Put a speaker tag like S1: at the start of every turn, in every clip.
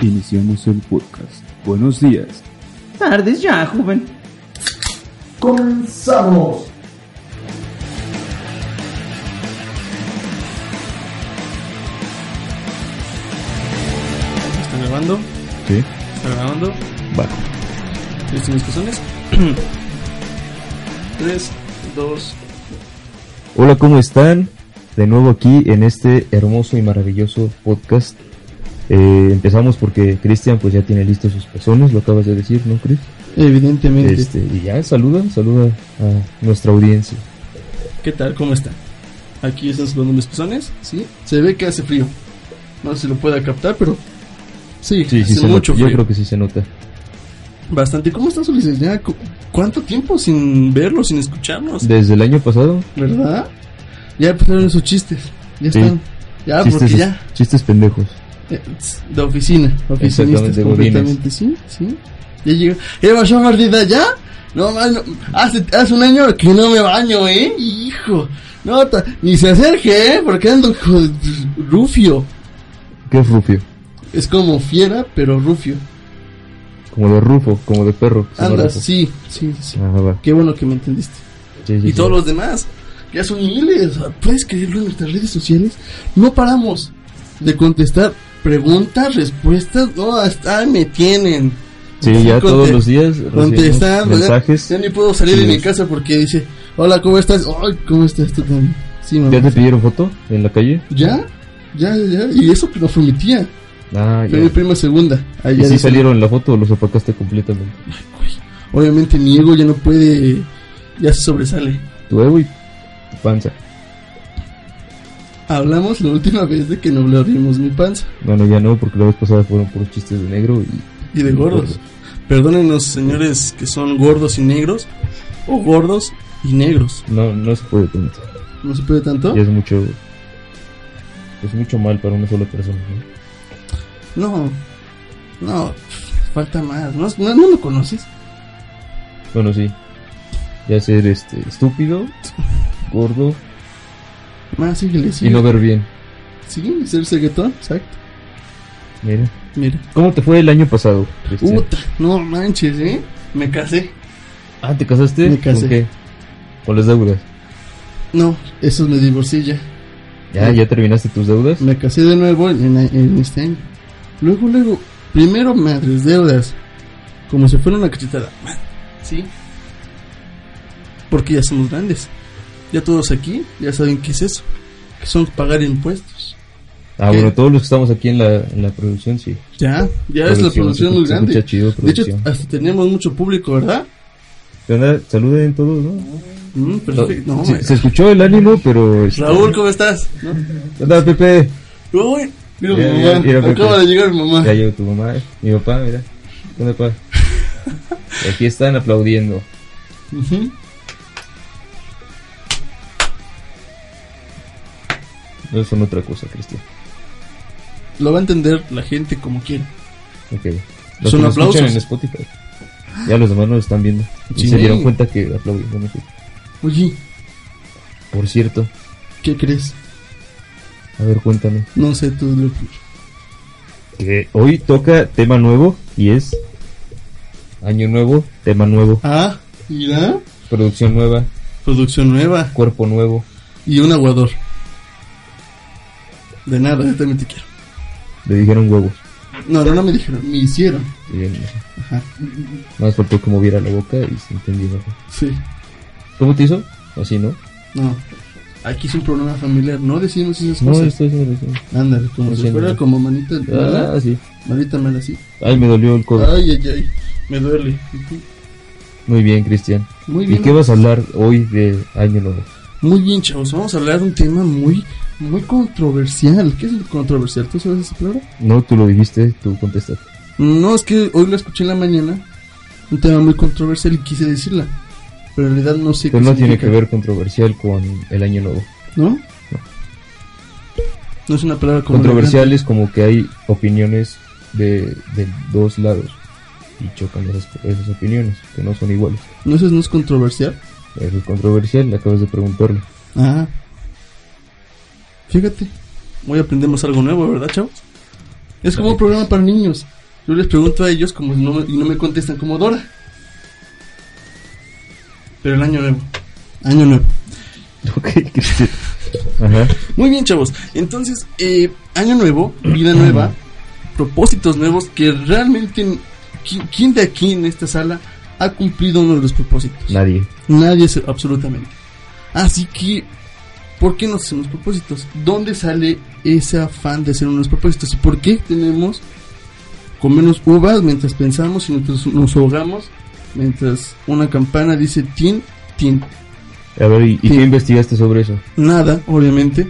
S1: Iniciamos el podcast. Buenos días.
S2: Tardes ya, joven.
S3: ¡Comenzamos!
S4: ¿Están grabando?
S1: Sí,
S4: ¿Están grabando?
S1: va.
S4: ¿Listo mis pezones? 3, 2,
S5: Hola, ¿cómo están? De nuevo aquí en este hermoso y maravilloso podcast. Eh, empezamos porque Cristian pues ya tiene listos sus personas, lo acabas de decir, ¿no, Chris?
S2: Evidentemente.
S5: Este, y ya, saluda, saluda a nuestra audiencia.
S4: ¿qué tal? ¿Cómo están? Aquí están saludando mis pezones, ¿sí? Se ve que hace frío. No sé si lo pueda captar, pero. Sí, hace
S5: se
S4: mucho
S5: nota. Yo
S4: frío.
S5: creo que sí se nota.
S4: Bastante. ¿Cómo estás, Ulises? ¿Ya cu- cuánto tiempo sin vernos, sin escucharnos?
S5: Desde el año pasado,
S4: ¿Verdad?
S2: Ya empezaron sus chistes. Ya
S5: Sí.
S2: están. Ya,
S5: chistes,
S2: Ah, porque ya.
S5: chistes pendejos.
S2: eh, De oficina. Oficinistas
S5: Exactamente, godines.
S2: completamente, sí, sí. Ya llegó. ¿Qué pasó, Martita? ¿Ya? No, mal, no. Hace, hace un año que no me baño, ¿eh? Hijo. No, ta- ni se acerque, ¿eh? Porque ando co- rufio.
S5: Qué rufio,
S2: Es como fiera, pero rufio.
S5: como de rufo, como de perro. que se
S2: Anda,
S5: enoja.
S2: sí, sí, sí.
S5: Ah, va.
S2: Qué bueno que me entendiste.
S5: Sí, sí,
S4: Y
S5: sí.
S4: todos los demás.
S2: Ya son miles. ¿Puedes creerlo en nuestras redes sociales? No paramos de contestar preguntas, respuestas. No, hasta ay, me tienen.
S5: Sí, ya
S2: Conte-
S5: todos los días recibimos
S2: Contestando. ya-
S5: mensajes.
S2: Ya, ni puedo salir
S5: Sí,
S2: de mi
S5: los-
S2: casa porque dice: Hola, ¿cómo estás? Ay, ¿cómo estás tú también? Sí, mamá.
S5: ¿Ya te pidieron foto en la calle?
S2: ¿Ya? Ya, ya, Y eso que no fue mi tía.
S5: Ah,
S2: Fue
S5: ya.
S2: mi prima segunda. Ahí
S5: ¿Y
S2: ya
S5: si
S2: dice,
S5: salieron en la foto o los opacaste completamente?
S2: Obviamente, mi ego ya no puede.
S4: Ya se sobresale.
S5: Tu ego y tu panza.
S2: Hablamos la última vez de que no le abrimos mi panza.
S5: Bueno, ya no, porque la vez pasada fueron puros chistes de negro y...
S4: Y de gordos. Perdónenos, señores que son gordos y negros. O gordos y negros.
S5: No, no se puede tanto.
S2: No se puede tanto.
S5: Y es mucho... Es mucho mal para una sola persona, ¿no?
S2: No, no, falta más. ¿No, no, no lo conoces?
S5: Bueno, sí. Ya ser, este, estúpido, gordo
S2: Más síguele, sí.
S5: y no ver bien.
S2: Sí, ser ceguetón, exacto.
S5: Mira.
S2: Mira.
S5: ¿Cómo te fue el año pasado, Cristian?
S2: Puta, no manches, ¿eh? Me casé.
S5: ah, ¿te casaste?
S2: Me casé.
S5: ¿Con qué? ¿Con las deudas?
S2: No, eso me divorcié ya.
S5: ¿Ya, ya terminaste tus deudas?
S2: Me casé de nuevo en, en este año. Luego, luego, primero madres deudas. Como si fuera una cachetada.
S4: Sí. Porque ya somos grandes. Ya todos aquí ya saben qué es eso. Que son pagar impuestos.
S5: Ah,
S2: ¿Qué?
S5: bueno, todos los que estamos aquí en la, en la producción, sí.
S4: Ya, ya es la
S5: Producción,
S4: producción muy
S5: se
S4: grande.
S5: escucha chido,
S4: de hecho,
S5: producción.
S4: hasta tenemos mucho público, ¿verdad?
S5: ¿Qué onda? Saluden todos, ¿no?
S4: Mm, perfecto. No,
S5: Oh, Sí,
S4: me-
S5: se escuchó el ánimo, pero... este,
S4: Raúl, ¿cómo estás?
S5: ¿Qué onda, Pepe?
S4: Uy,
S2: Mira,
S5: Ya,
S2: mi
S5: ya,
S2: mamá.
S5: ya, ya,
S2: Acaba
S5: ya.
S2: de llegar mi mamá.
S5: Ya llegó tu mamá, mi papá, mira. ¿Qué onda, papá? Y Aquí están aplaudiendo.
S2: Ujú.
S5: No son otra cosa, Cristian.
S4: lo va a entender la gente como quiera.
S5: Ok.
S4: Son
S5: que nos
S4: aplausos.
S5: escuchan en Spotify. Ya los demás no lo están viendo. Y
S2: Sí.
S5: se dieron cuenta que aplaudimos nosotros.
S2: Oye,
S5: Por cierto,
S2: ¿qué crees?
S5: a ver, cuéntame.
S2: No sé tú, Lupi.
S5: Que hoy toca tema nuevo y es... Año nuevo, tema nuevo,
S2: Ah, mira.
S5: producción nueva,
S2: Producción nueva.
S5: cuerpo nuevo.
S2: Y un aguador. De nada, yo también te quiero.
S5: Le dijeron huevos.
S2: No, no, no me dijeron, me hicieron.
S5: Y bien,
S2: Ajá,
S5: Nada más faltó que moviera la boca y se entendió.
S2: sí,
S5: ¿Cómo te hizo? Así, ¿no?
S2: no. Aquí es un problema familiar, no decimos esas
S5: No,
S2: cosas.
S5: esto es una versión.
S2: Ándale, como
S5: no
S2: si
S5: sé,
S2: fuera
S5: no.
S2: como manita mala,
S5: Ah, sí.
S2: manita mala así.
S5: Ay, me dolió el codo.
S2: Ay, ay, ay, me duele. Ujú.
S5: Muy bien, Cristian.
S2: Muy
S5: ¿Y
S2: bien.
S5: qué vas a hablar hoy de Año Nuevo?
S2: Muy bien, chavos. Vamos a hablar de un tema muy, muy controversial. ¿Qué es el controversial? ¿Tú sabes esa palabra?
S5: No, tú lo dijiste, tú contestaste.
S2: No, es que hoy lo escuché en la mañana. Un tema muy controversial y quise decirla. Pero en realidad no sé
S5: Pero
S2: qué
S5: no tiene
S2: significa.
S5: que ver controversial con el año nuevo.
S2: ¿No? No es una palabra como
S5: Controversial es como que hay opiniones de, de dos lados y chocan esas, esas opiniones, que no son iguales.
S2: ¿No eso no es controversial?
S5: Eso es controversial, acabas de preguntarlo.
S2: Ah. Fíjate. Hoy aprendemos algo nuevo, ¿verdad, chavos? Es como un programa para niños. Yo les pregunto a ellos como no, y no me contestan como Dora. Pero el año nuevo. Año nuevo.
S5: Ok, Cristian. Ajá.
S2: Muy bien, chavos. Entonces, eh, año nuevo, vida nueva, propósitos nuevos que realmente... ¿quién- ¿Quién de aquí en esta sala ha cumplido uno de los propósitos?
S5: Nadie.
S2: Nadie, se- absolutamente. Así que, ¿por qué nos hacemos propósitos? ¿Dónde sale ese afán de hacer unos propósitos? ¿Y por qué tenemos comernos uvas mientras pensamos y mientras nos ahogamos? Mientras una campana dice tin, tin.
S5: A ver, ¿y, y
S2: Sí.
S5: qué investigaste sobre eso?
S2: Nada, obviamente.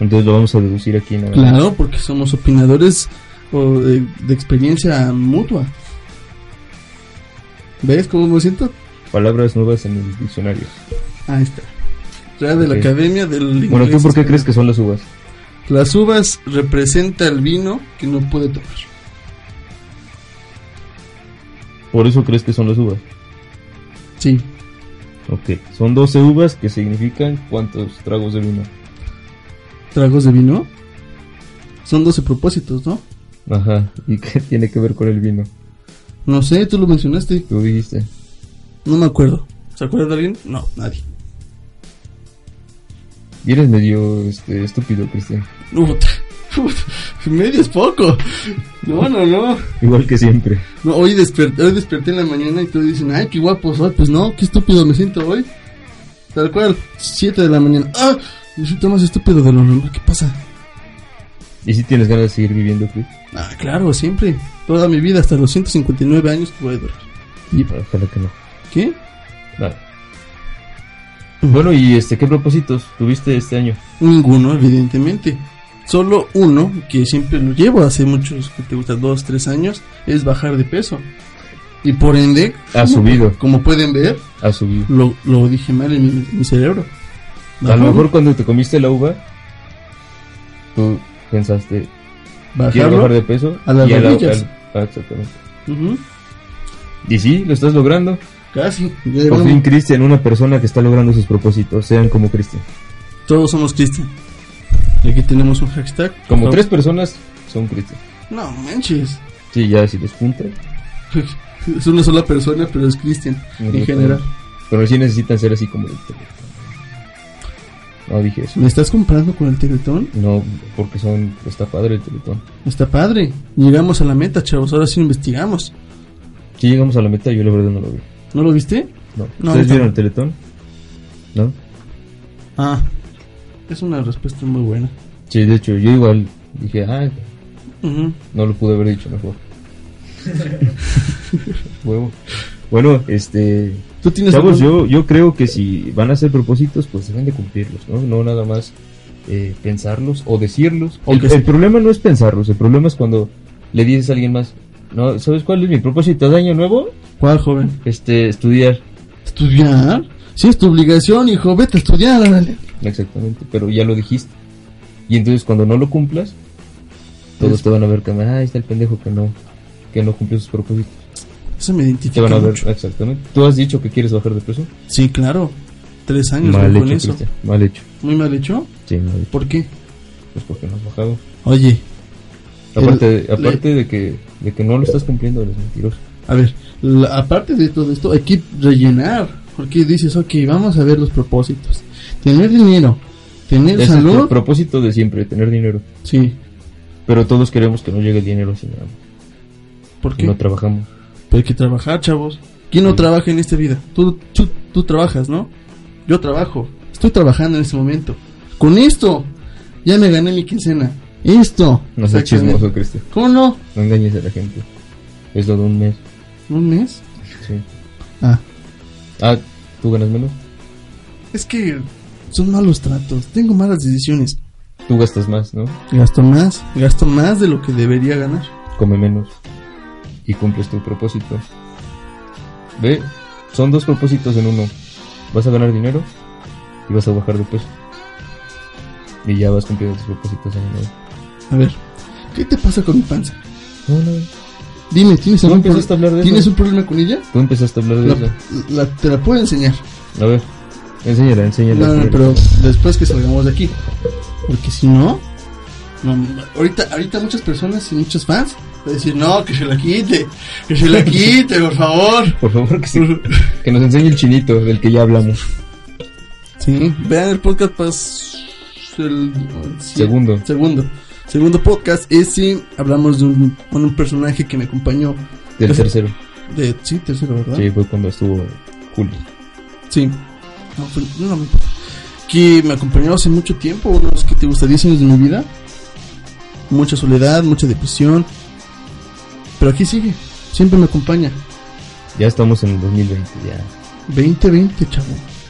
S5: Entonces lo vamos a deducir aquí nada más.
S2: Claro, porque somos opinadores o de, de experiencia mutua. ¿Ves cómo me siento?
S5: Palabras nuevas en el diccionario.
S2: Ahí está. Real de la
S5: Ok.
S2: Academia del
S5: Bueno, ¿tú
S2: Inglés
S5: por qué
S2: Español.
S5: crees que son las uvas?
S2: Las uvas representa el vino que no puede tomar.
S5: Por eso crees que son las uvas.
S2: Sí.
S5: Ok, son 12 uvas que significan cuántos tragos de vino.
S2: Tragos de vino. Son 12 propósitos, ¿no?
S5: Ajá, ¿y qué tiene que ver con el vino?
S2: No sé, tú lo mencionaste.
S5: Tú dijiste.
S2: No me acuerdo. ¿Se acuerda de alguien? No, nadie.
S5: Y eres medio este, estúpido, Cristian.
S2: Puta. Puta. Medio es poco. No, no, no.
S5: Igual que siempre.
S2: No, hoy, desperté, hoy desperté en la mañana y todos dicen, ay, qué guapo soy. Pues no, qué estúpido me siento hoy. Tal cual, 7 de la mañana. ¡Ah! Me siento más estúpido de lo normal. ¿Qué pasa?
S5: ¿Y si tienes ganas de seguir viviendo, Chris?
S2: Ah, claro, siempre. Toda mi vida, hasta los 159 años, voy a durar.
S5: Y ojalá que no.
S2: ¿Qué?
S5: Vale. Bueno, ¿y este qué propósitos tuviste este año?
S2: Ninguno, evidentemente. Solo uno, que siempre lo llevo hace muchos, que te gusta, dos, tres años, es bajar de peso. Y por ende...
S5: Ha
S2: como-
S5: subido.
S2: Como pueden ver,
S5: A subir.
S2: lo, lo dije mal en mi, mi cerebro.
S5: A lo
S2: Bajar-
S5: mejor cuando te comiste la uva, tú pensaste, quiero
S2: bajarlo.
S5: bajar de peso.
S2: a las
S5: y
S2: rodillas.
S5: al- ah, exactamente.
S2: Ujú,
S5: Y sí, lo estás logrando.
S2: Casi. Ya
S5: Por
S2: llevamos-
S5: fin, Cristian, una persona que está logrando sus propósitos. Sean como Cristian.
S2: Todos somos Cristian. Y aquí tenemos un hashtag.
S5: Como
S2: No.
S5: tres personas son Cristian.
S2: No, manches.
S5: Sí, ya si los juntas.
S2: Es una sola persona, pero es Cristian.
S5: no
S2: en
S5: lo
S2: general.
S5: tenemos. Pero sí necesitan ser así como el teléfono. No dije eso.
S2: ¿Me estás comparando con el Teletón?
S5: No, porque son. Está padre el teletón.
S2: Está padre. Llegamos a la meta, chavos. Ahora sí investigamos.
S5: Si llegamos a la meta, yo la verdad no lo vi.
S2: ¿No lo viste?
S5: No.
S2: No,
S5: ¿Ustedes
S2: no.
S5: vieron el teletón? ¿No?
S2: Ah. Es una respuesta muy buena.
S5: Sí, de hecho, yo igual dije, ah,
S2: Ujú.
S5: No lo pude haber dicho mejor. Huevo. Bueno, este.
S2: Tú tienes...
S5: Chavos,
S2: algún-
S5: yo, yo creo que si van a hacer propósitos, pues deben de cumplirlos, ¿no? No nada más eh, pensarlos o decirlos.
S2: O
S5: El,
S2: que sí.
S5: el problema no es pensarlos, el problema es cuando le dices a alguien más, ¿no? ¿Sabes cuál es mi propósito de año nuevo?
S2: ¿Cuál, joven?
S5: Este, estudiar.
S2: ¿Estudiar? Sí, es tu obligación, hijo. Vete a estudiar, órale.
S5: Exactamente, pero ya lo dijiste. Y entonces cuando no lo cumplas, todos
S2: Es-
S5: te van a ver como, ah, ahí está el pendejo que no, que no cumplió sus propósitos.
S2: Eso me
S5: Te
S2: identifica
S5: van a ver,
S2: mucho.
S5: exactamente. Tú has dicho que quieres bajar de peso.
S2: Sí, claro. Tres años güey, con eso.
S5: Cristian, mal hecho.
S2: Muy mal hecho.
S5: Sí, mal hecho.
S2: ¿Por qué?
S5: Pues porque no has bajado.
S2: Oye, El-
S5: Aparte,
S2: le-
S5: aparte de, que, de que no lo estás cumpliendo, eres mentiroso.
S2: a ver. la- aparte de todo esto, hay que rellenar. Porque dices, ok, vamos a ver los propósitos. Tener dinero. Tener
S5: Ese es el
S2: salud.
S5: propósito de siempre, tener dinero.
S2: Sí.
S5: Pero todos queremos que no llegue el dinero si no,
S2: ¿Por
S5: si
S2: qué?
S5: no trabajamos.
S2: Pero hay que trabajar, chavos. ¿Quién
S5: Mm.
S2: no trabaja en esta vida? Tú, tú, tú trabajas, ¿no? Yo trabajo. Estoy trabajando en este momento. Con esto, ya me gané mi quincena. Esto.
S5: No seas
S2: Exactamente.
S5: chismoso, Cristian.
S2: ¿Cómo no?
S5: No engañes a la gente. Es lo de un mes.
S2: ¿Un mes?
S5: Sí.
S2: Ah.
S5: Ah, ¿tú ganas menos?
S2: Es que son malos tratos, tengo malas decisiones.
S5: Tú gastas más, ¿no?
S2: Gasto más, gasto más de lo que debería ganar.
S5: Come menos y cumples tu propósito. Ve, son dos propósitos en uno. Vas a ganar dinero y vas a bajar de peso. Y ya vas cumpliendo tus propósitos en uno.
S2: A ver, ¿qué te pasa con mi panza?
S5: No, no.
S2: Dime, ¿tienes,
S5: Tú
S2: algún
S5: empezaste
S2: pro-
S5: a hablar de
S2: ¿tienes
S5: eso.
S2: un problema con ella?
S5: Tú empezaste a hablar de
S2: La-
S5: eso.
S2: la- te la puedo enseñar.
S5: A ver, enséñala, enséñala.
S2: No, no,
S5: enséñala.
S2: pero después que salgamos de aquí. Porque si no, no, ahorita, ahorita muchas personas y muchos fans van a decir, no, que se la quite, que se la quite, por favor.
S5: Por favor, que, se- que nos enseñe el chinito del que ya hablamos.
S2: Sí, vean el podcast pas el, sí,
S5: Segundo.
S2: Segundo. Segundo podcast, ese hablamos de un, con un personaje que me acompañó
S5: Del tercero.
S2: de sí, tercero, ¿verdad?
S5: Sí, fue cuando estuvo Julio.
S2: Sí. No, fue- no, no, que me acompañó hace mucho tiempo, unos que te gustadísimos de mi vida. Mucha soledad, mucha depresión. Pero aquí sigue, siempre me acompaña.
S5: Ya estamos en el 2020, ya.
S2: 2020, chavo.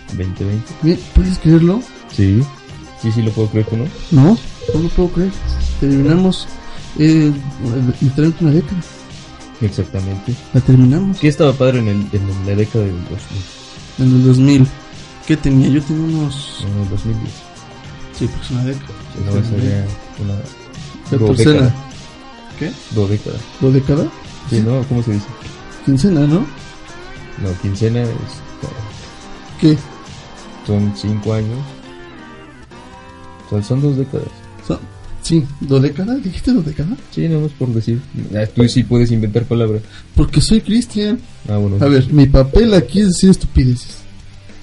S5: 2020.
S2: Mira, ¿Puedes creerlo?
S5: Sí. Sí, sí, lo puedo creer que no.
S2: No, no lo puedo creer. Terminamos eh, literalmente una década.
S5: Exactamente.
S2: La terminamos
S5: Sí, estaba padre en, el, en la década del 2000,
S2: en el 2000. ¿Qué tenía? Yo tenía unos.
S5: no, 2010.
S2: Sí, pues una década.
S5: Si no, sería una.
S2: La
S5: Dodécada.
S2: tercera. ¿Qué?
S5: Dodécada.
S2: ¿Dos décadas?
S5: Sí, ¿no? ¿Cómo se dice?
S2: Quincena, ¿no?
S5: No, quincena es,
S2: ¿Qué?
S5: son cinco años. Son, son dos décadas.
S2: So- Sí, ¿dos décadas? ¿Dijiste dos décadas?
S5: Sí, nada más por decir. Ah, Tú sí puedes inventar palabras.
S2: Porque soy Cristian.
S5: Ah, bueno.
S2: A ver, mi papel aquí es decir estupideces.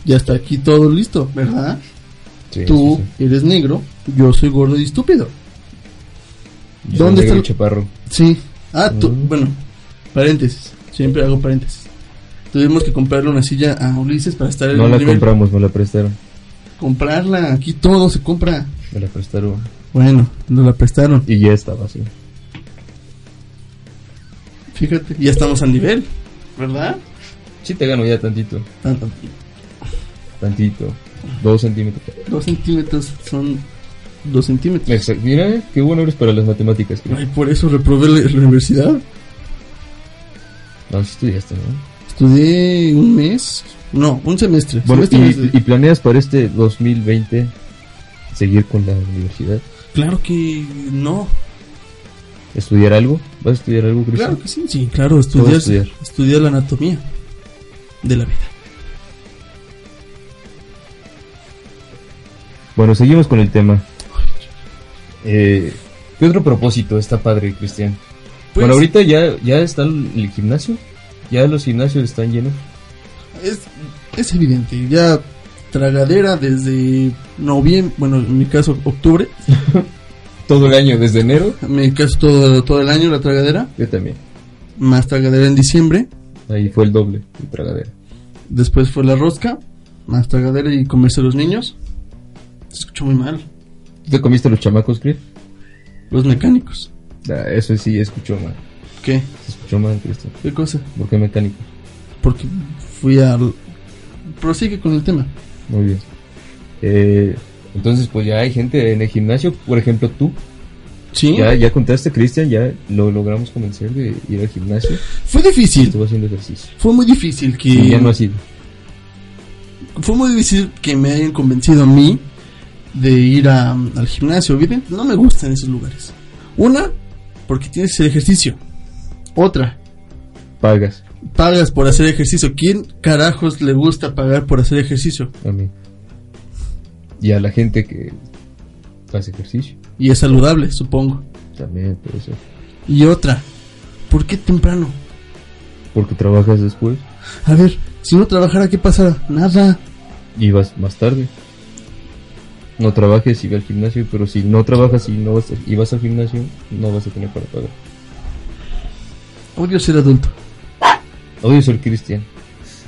S2: Ya está aquí todo listo, ¿verdad?
S5: Sí,
S2: Tú
S5: sí,
S2: eres negro, yo soy gordo y estúpido.
S5: sí. Yo
S2: ¿dónde
S5: soy negro
S2: está
S5: y
S2: el-
S5: chaparro?
S2: Sí. Ah, tú,
S5: Mm.
S2: bueno, paréntesis. Siempre hago paréntesis. Tuvimos que comprarle una silla a Ulises para estar en
S5: No
S2: el
S5: la
S2: nivel.
S5: compramos, me la prestaron.
S2: Comprarla, aquí todo se compra.
S5: Me la prestaron.
S2: Bueno, nos la prestaron.
S5: Y ya estaba así.
S2: Fíjate, ya estamos al nivel, ¿verdad?
S5: Sí te gano ya tantito.
S2: Tan, tan,
S5: Tantito. Dos centímetros.
S2: Dos centímetros son dos centímetros.
S5: Exacto. Mira, eh, qué bueno eres para las matemáticas. creo.
S2: Ay, por eso reprobé la la universidad.
S5: No, sí estudiaste, ¿no?
S2: Estudié un mes, no, un semestre.
S5: Bueno,
S2: semestre,
S5: y, y planeas para este 2020 seguir con la universidad,
S2: Claro que no.
S5: estudiar algo, vas a estudiar algo, Cristian?
S2: Claro que sí, sí, claro,
S5: ¿Qué vas a
S2: estudiar,
S5: estudiar?
S2: estudiar la anatomía de la vida.
S5: Bueno, seguimos con el tema. Eh, ¿Qué otro propósito está padre, Cristian?
S2: Pues,
S5: bueno, ahorita ya, ya está el el gimnasio, ya los gimnasios están llenos.
S2: Es, es evidente, ya tragadera desde noviembre, bueno, en mi caso octubre,
S5: Todo el año, desde enero,
S2: en mi caso todo, todo el año la tragadera,
S5: yo también.
S2: más tragadera en diciembre,
S5: Ahí fue el doble, el tragadera.
S2: después fue la rosca, más tragadera y comerse a los niños. Se escuchó muy mal,
S5: ¿Tú te comiste los chamacos, Chris?
S2: los mecánicos.
S5: Ah, eso sí, escuchó mal.
S2: ¿Qué?
S5: Se escuchó mal, Cristian.
S2: ¿Qué cosa?
S5: ¿Por qué mecánico?
S2: Porque fui al... Prosigue con el tema.
S5: Muy bien. Eh, entonces, pues ya hay gente en el gimnasio, por ejemplo tú.
S2: Sí.
S5: Ya, ya contaste, Cristian, ya lo logramos convencer de ir al gimnasio.
S2: Fue difícil.
S5: Estuvo haciendo ejercicio.
S2: Fue muy difícil que...
S5: Y ya no ha sido.
S2: Fue muy difícil que me hayan convencido a mí de ir a- al gimnasio. Evidente, no me gustan esos lugares. Una, porque tienes que hacer ejercicio. Otra,
S5: Pagas
S2: pagas por hacer ejercicio. ¿Quién carajos le gusta pagar por hacer ejercicio?
S5: a mí. Y a la gente que hace ejercicio.
S2: Y es saludable, supongo.
S5: También puede ser.
S2: Y otra, ¿por qué temprano?
S5: Porque trabajas después
S2: A ver, si no trabajara, ¿qué pasara? Nada.
S5: y vas más tarde. No trabajes y ve al gimnasio, pero si no trabajas y no vas, y vas al gimnasio, no vas a tener para pagar.
S2: Odio ser adulto.
S5: Odio ser Cristian.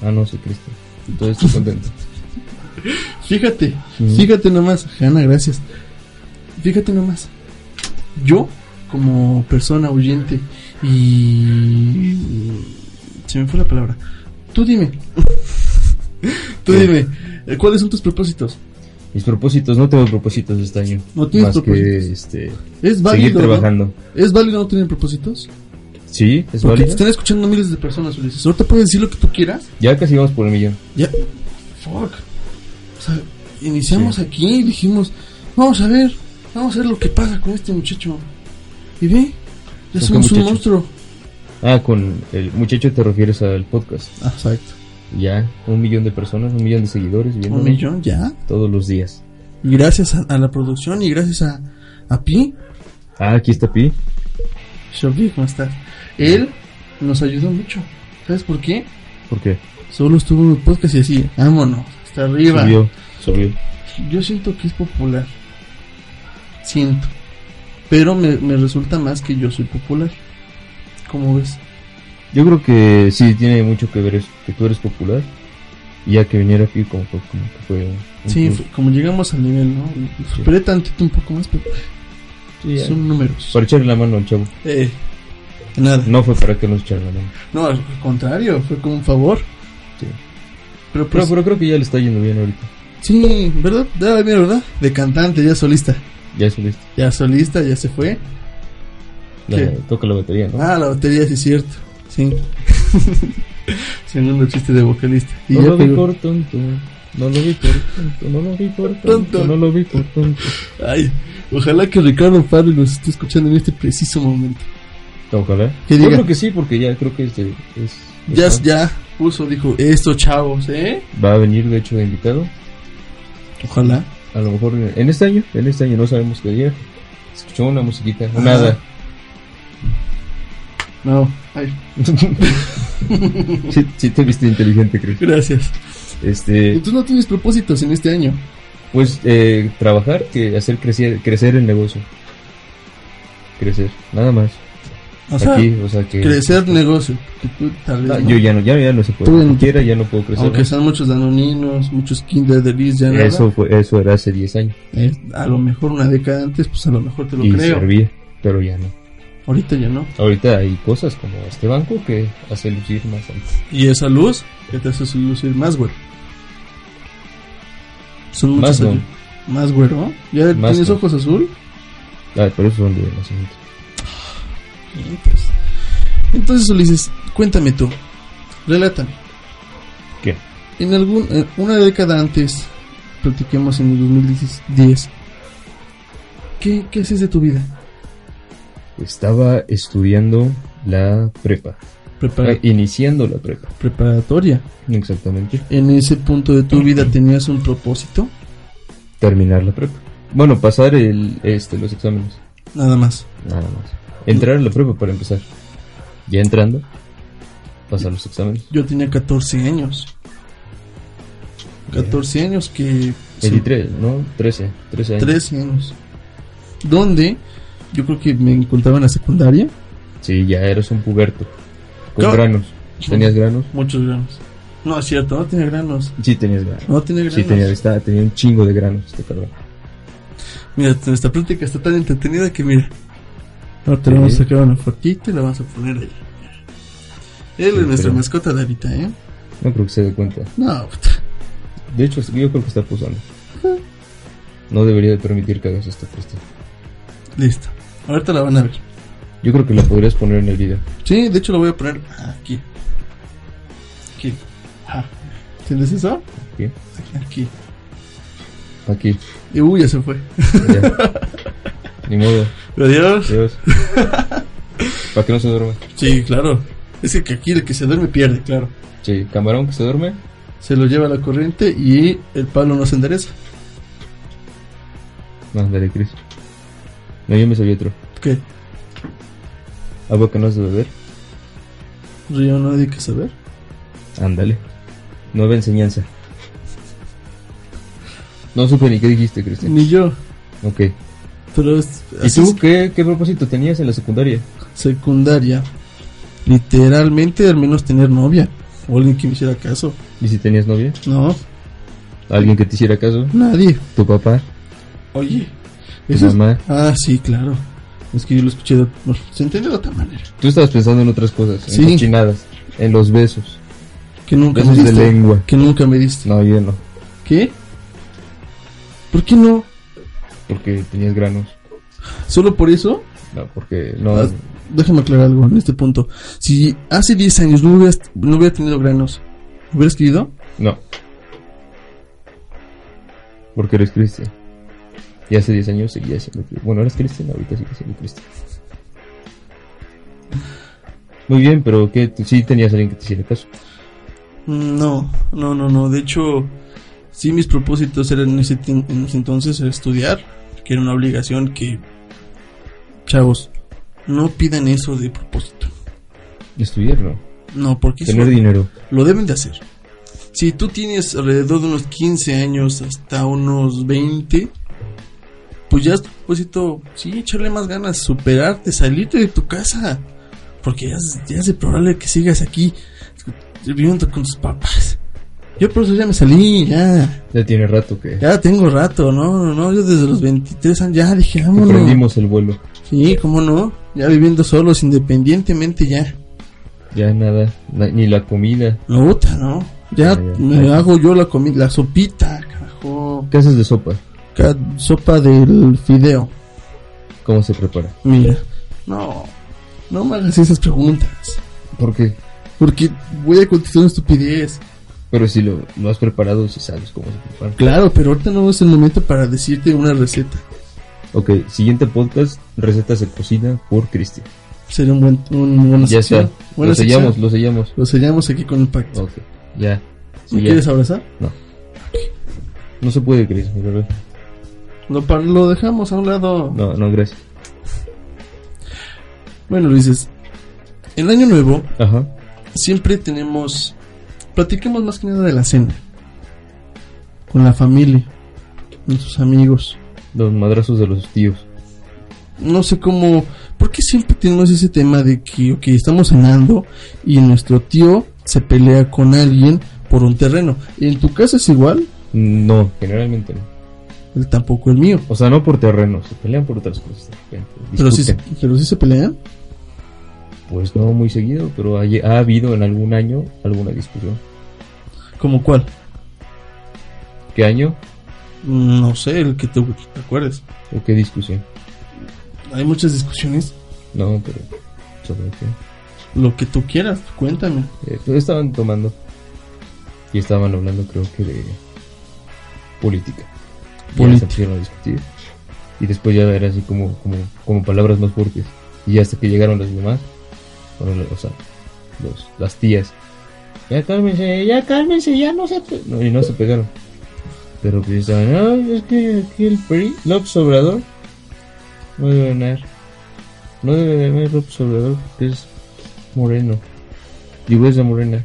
S5: Ah, no, soy Cristian. Entonces estoy contento.
S2: Fíjate, fíjate nomás, Hanna, gracias. Fíjate nomás. Yo, como persona oyente y... Se me fue la palabra. Tú dime. Tú dime, eh, ¿cuáles son tus propósitos?
S5: Mis propósitos, no tengo propósitos este año.
S2: No tienes
S5: más
S2: propósitos.
S5: que este,
S2: Es válido.
S5: seguir
S2: ¿no?
S5: trabajando.
S2: ¿Es válido no tener propósitos?
S5: Sí, es
S2: Porque te
S5: válido.
S2: están escuchando miles de personas, Ulises. Ahorita puedes decir lo que tú quieras.
S5: Ya casi vamos por el millón.
S2: Ya. Fuck. O sea, iniciamos aquí y dijimos, vamos a ver, vamos a ver lo que pasa con este muchacho. Y ve, ya
S5: qué
S2: somos un
S5: muchacho?
S2: monstruo.
S5: Ah, con el muchacho te refieres al podcast.
S2: Ah, Exacto.
S5: Ya, un millón de personas, un millón de seguidores viendo
S2: Un millón ya.
S5: todos los días.
S2: Y gracias a, a la producción y gracias a, a Pi.
S5: Ah, aquí está Pi.
S2: Shobi, ¿cómo estás? Él nos ayudó mucho. ¿Sabes por qué?
S5: ¿Por qué?
S2: Solo estuvo en el podcast y así, vámonos, hasta arriba.
S5: Subió, subió.
S2: Yo siento que es popular. Siento. Pero me, me resulta más que yo soy popular. ¿Cómo ves?
S5: Yo creo que sí tiene mucho que ver eso, que tú eres popular. Y ya que viniera aquí como, fue- como que fue... un
S2: Sí,
S5: plus.
S2: fue- como llegamos al nivel, ¿no? Esperé tantito un poco más, pero
S5: Sí, eh. ya.
S2: son números.
S5: Para echarle la mano al chavo.
S2: Eh, nada.
S5: No fue para que nos echara la mano.
S2: No, al contrario, fue como un favor.
S5: Sí.
S2: Pero,
S5: Pero,
S2: pues,
S5: pero creo que ya le está yendo bien ahorita.
S2: sí, ¿verdad? Ya, mira, ¿verdad? De cantante, ya solista.
S5: Ya es listo.
S2: Ya solista, ya se fue.
S5: La-
S2: ¿Qué?
S5: Toca la batería, ¿no?
S2: Ah, la batería sí es cierto. Sí. Segundo chiste de vocalista. Y
S5: no
S2: ya
S5: lo vi
S2: pegó.
S5: por tonto. No lo vi por tonto. No lo vi por tonto.
S2: Tonto.
S5: No lo vi por tonto.
S2: Ay, ojalá que Ricardo Farley nos esté escuchando en este preciso momento.
S5: Ojalá.
S2: Que
S5: Yo
S2: diga.
S5: creo que sí, porque ya creo que este es.
S2: Ya,
S5: está.
S2: ya puso, dijo, esto chavos, ¿eh?
S5: Va a venir, de hecho, de invitado.
S2: Ojalá.
S5: A lo mejor en este año. En este año no sabemos qué día. Escuchó una musiquita.
S2: Ah.
S5: Nada.
S2: No, ay,
S5: sí, sí te viste inteligente, creo.
S2: gracias.
S5: Este,
S2: Entonces no tienes propósitos en este año.
S5: pues eh, trabajar, que hacer crecer, crecer el negocio. Crecer, nada más.
S2: O sea,
S5: Aquí, o sea que.
S2: crecer negocio. Que tú tal vez
S5: Ah,
S2: no.
S5: yo ya no, ya, ya no se puede.
S2: Tú en-
S5: Como quiera, ya no puedo crecer.
S2: Aunque
S5: ¿no?
S2: sean muchos danoninos, muchos Kinder de Liz, ya nada.
S5: Eso, fue, eso era hace 10 años.
S2: Eh, a lo mejor una década antes, pues a lo mejor te lo
S5: y
S2: creo.
S5: servía, pero ya no.
S2: Ahorita ya no.
S5: Ahorita hay cosas como este banco que hace lucir más alto.
S2: Y esa luz que te hace lucir más, güero. Son
S5: Más
S2: muchas
S5: no.
S2: ayu- Más güero. ¿Ya
S5: Más
S2: tienes
S5: no.
S2: ojos azul?
S5: Ah, pero eso son de nacimiento.
S2: pues, Entonces, Ulises, cuéntame tú. Relátame.
S5: ¿Qué?
S2: En algún, en una década antes, platiquemos en el 2010. ¿Qué, qué haces de tu vida?
S5: Estaba estudiando la prepa.
S2: Prepara-
S5: Ah, iniciando la prepa.
S2: preparatoria.
S5: Exactamente.
S2: En ese punto de tu vida tenías un propósito,
S5: Terminar la prepa. Bueno, pasar el, este, los exámenes.
S2: nada más.
S5: Nada más. Entrar a la prepa para empezar. Ya entrando, pasar los exámenes.
S2: Yo tenía 14 años. 14 años que... sí,
S5: 23, ¿no? 13. 13 años.
S2: 13 años. Donde yo creo que me encontraba en la secundaria.
S5: Sí, ya eras un puberto. Con
S2: Claro.
S5: granos. ¿Tenías granos?
S2: Muchos granos. No, es cierto, no tenía granos.
S5: Sí, tenías granos.
S2: No tenía granos.
S5: Sí, tenía, estaba- tenía un chingo de granos este cabrón.
S2: Mira, nuestra plática está tan entretenida que mira. Ahora te vamos a
S5: Sí.
S2: sacar una fotita y la vamos a poner ahí. Él es
S5: Sí,
S2: nuestra
S5: pero-
S2: mascota de ahorita, ¿eh?
S5: No creo que se dé cuenta.
S2: No, puta.
S5: De hecho, yo creo que está posando. No debería de permitir que hagas esto, Cristian.
S2: listo. Ahorita la van a ver.
S5: Yo creo que la podrías poner en el video.
S2: Sí, de hecho la voy a poner aquí. Aquí. Ah. ¿Entiendes eso?
S5: ¿Qué?
S2: Aquí.
S5: Aquí.
S2: Y uy, ya se fue.
S5: Ya. Ni modo.
S2: Adiós.
S5: Adiós. Para que no se duerma.
S2: Sí, claro. Es que aquí el que se duerme pierde, claro.
S5: Sí, camarón que se duerme.
S2: Se lo lleva la corriente y el palo no se endereza.
S5: No, dale, Cris. No, yo me sabía otro.
S2: ¿Qué?
S5: Agua que no has de beber.
S2: Río no hay Pues que saber.
S5: Ándale. Nueva enseñanza. No supe ni qué dijiste, Cristian.
S2: Ni yo.
S5: Ok.
S2: Pero es,
S5: ¿Y
S2: así
S5: tú qué, qué propósito tenías en la secundaria?
S2: es secundaria. Literalmente, al menos tener novia. O alguien que me hiciera caso.
S5: ¿Y si tenías novia?
S2: No,
S5: ¿Alguien que te hiciera caso?
S2: nadie.
S5: ¿Tu papá?
S2: Oye.
S5: ¿Tu
S2: eso es-
S5: mamá?
S2: Ah, sí, claro. Es que yo lo escuché de... bueno, se entendió de otra manera.
S5: Tú estabas pensando en otras cosas,
S2: Sí.
S5: en cochinadas, en los besos,
S2: Que nunca me
S5: besos de
S2: diste.
S5: lengua.
S2: Que nunca me diste.
S5: No, yo no.
S2: ¿Qué? ¿Por qué no?
S5: Porque tenías granos.
S2: ¿Solo por eso?
S5: No, porque no.
S2: Ah, déjame aclarar algo en este punto. Si hace 10 años no hubieras, no hubiera tenido granos, ¿hubieras querido?
S5: No. Porque eres cristiano. Y hace 10 años seguía siendo cristiano. Bueno, eres cristiano, ahorita sigues siendo cristiano. Muy bien, pero que sí tenías alguien que te hiciera caso.
S2: Mm, No, no, no, no. De hecho, sí mis propósitos eran en ese, tin- en ese entonces era estudiar, que era una obligación que... Chavos, no pidan eso de propósito.
S5: Estudiar, ¿no?
S2: No, porque eso
S5: Tener dinero.
S2: lo deben de hacer. Si tú tienes alrededor de unos 15 años hasta unos 20, pues ya es tu propósito, sí, echarle más ganas, superarte, salirte de tu casa. Porque ya es, ya es de probable que sigas aquí viviendo con tus papás. Yo por eso ya me salí, ya.
S5: Ya tiene rato que
S2: Ya tengo rato, no, no, no, yo desde los 23 años ya dije,
S5: que
S2: vámonos.
S5: prendimos el vuelo.
S2: Sí, cómo no, ya viviendo solos, independientemente ya.
S5: Ya nada, na- ni la comida.
S2: No, puta, ¿no? Ya
S5: Ah, ya.
S2: me hago yo la comida, la sopita, carajo.
S5: ¿Qué haces de sopa?
S2: Ca- Sopa del fideo.
S5: ¿Cómo se prepara?
S2: Mira. No, no me hagas esas preguntas.
S5: ¿Por qué?
S2: Porque voy a contestar una estupidez.
S5: Pero si lo, lo has preparado, si sabes cómo se prepara.
S2: Claro, pero ahorita no es el momento para decirte una receta.
S5: Ok, siguiente podcast, recetas de cocina por Cristian.
S2: Sería un buen, un buena
S5: Ya
S2: sección.
S5: está,
S2: Buena
S5: lo
S2: sección.
S5: sellamos, lo sellamos.
S2: Lo sellamos aquí con el pacto.
S5: Ok, ya. Sí,
S2: ¿Me
S5: ya.
S2: quieres abrazar?
S5: No se puede, Cris, mi bebé.
S2: Lo, pa- lo dejamos a un lado.
S5: No, no, gracias.
S2: Bueno, Luis, el año nuevo
S5: Ajá.
S2: siempre tenemos. Platiquemos más que nada de la cena. Con la familia. Con sus amigos.
S5: Los madrazos de los tíos.
S2: No sé cómo. ¿Por qué siempre tenemos ese tema de que, ok, estamos cenando y nuestro tío se pelea con alguien por un terreno? ¿En tu caso es igual?
S5: No, generalmente no.
S2: El- tampoco el mío.
S5: O sea, no por terrenos, se pelean por otras cosas. de repente,
S2: Pero sí, se-
S5: discuten.
S2: pero sí se pelean.
S5: Pues no muy seguido, pero ha, lle- ha habido en algún año alguna discusión.
S2: ¿Como cuál?
S5: ¿Qué año
S2: Mm, No sé, el que te, te acuerdes.
S5: o qué discusión?
S2: Hay muchas discusiones.
S5: No, pero sobre qué.
S2: Lo que tú quieras, cuéntame.
S5: Eh, pero estaban tomando y estaban hablando, creo que de política. Y ya se
S2: Política.
S5: pusieron a discutir. Y después ya era así como, como, como palabras más fuertes. Y hasta que llegaron las demás, bueno, o sea, los, las tías. Ya cálmense, ya cálmense, ya no se pe-". no, Y no se pegaron. Pero pues estaban, "Ay, es que aquí el PRI, López Obrador, no debe ganar. eh. No debe ganar López Obrador porque es moreno. Digo, es de morena.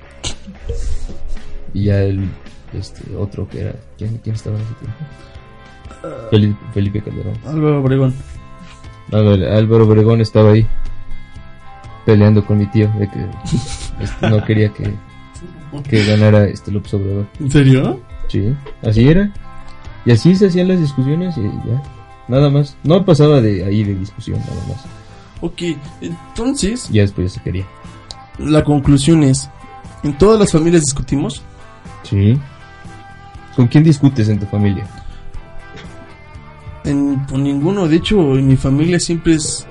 S5: Y ya el este, otro que era. ¿Quién, quién estaba en ese tiempo? Felipe, Felipe Calderón.
S2: Álvaro Obregón.
S5: Ándale, Álvaro Obregón estaba ahí peleando con mi tío de que este, no quería que, que ganara este López Obrador.
S2: ¿En serio?
S5: Sí, así era. Y así se hacían las discusiones y ya. Nada más. No pasaba de ahí de discusión, nada más.
S2: Ok, entonces
S5: Ya después ya se quería.
S2: la conclusión es, ¿en todas las familias discutimos?
S5: Sí. ¿Con quién discutes en tu familia?
S2: En, con ninguno, de hecho, en mi familia siempre es,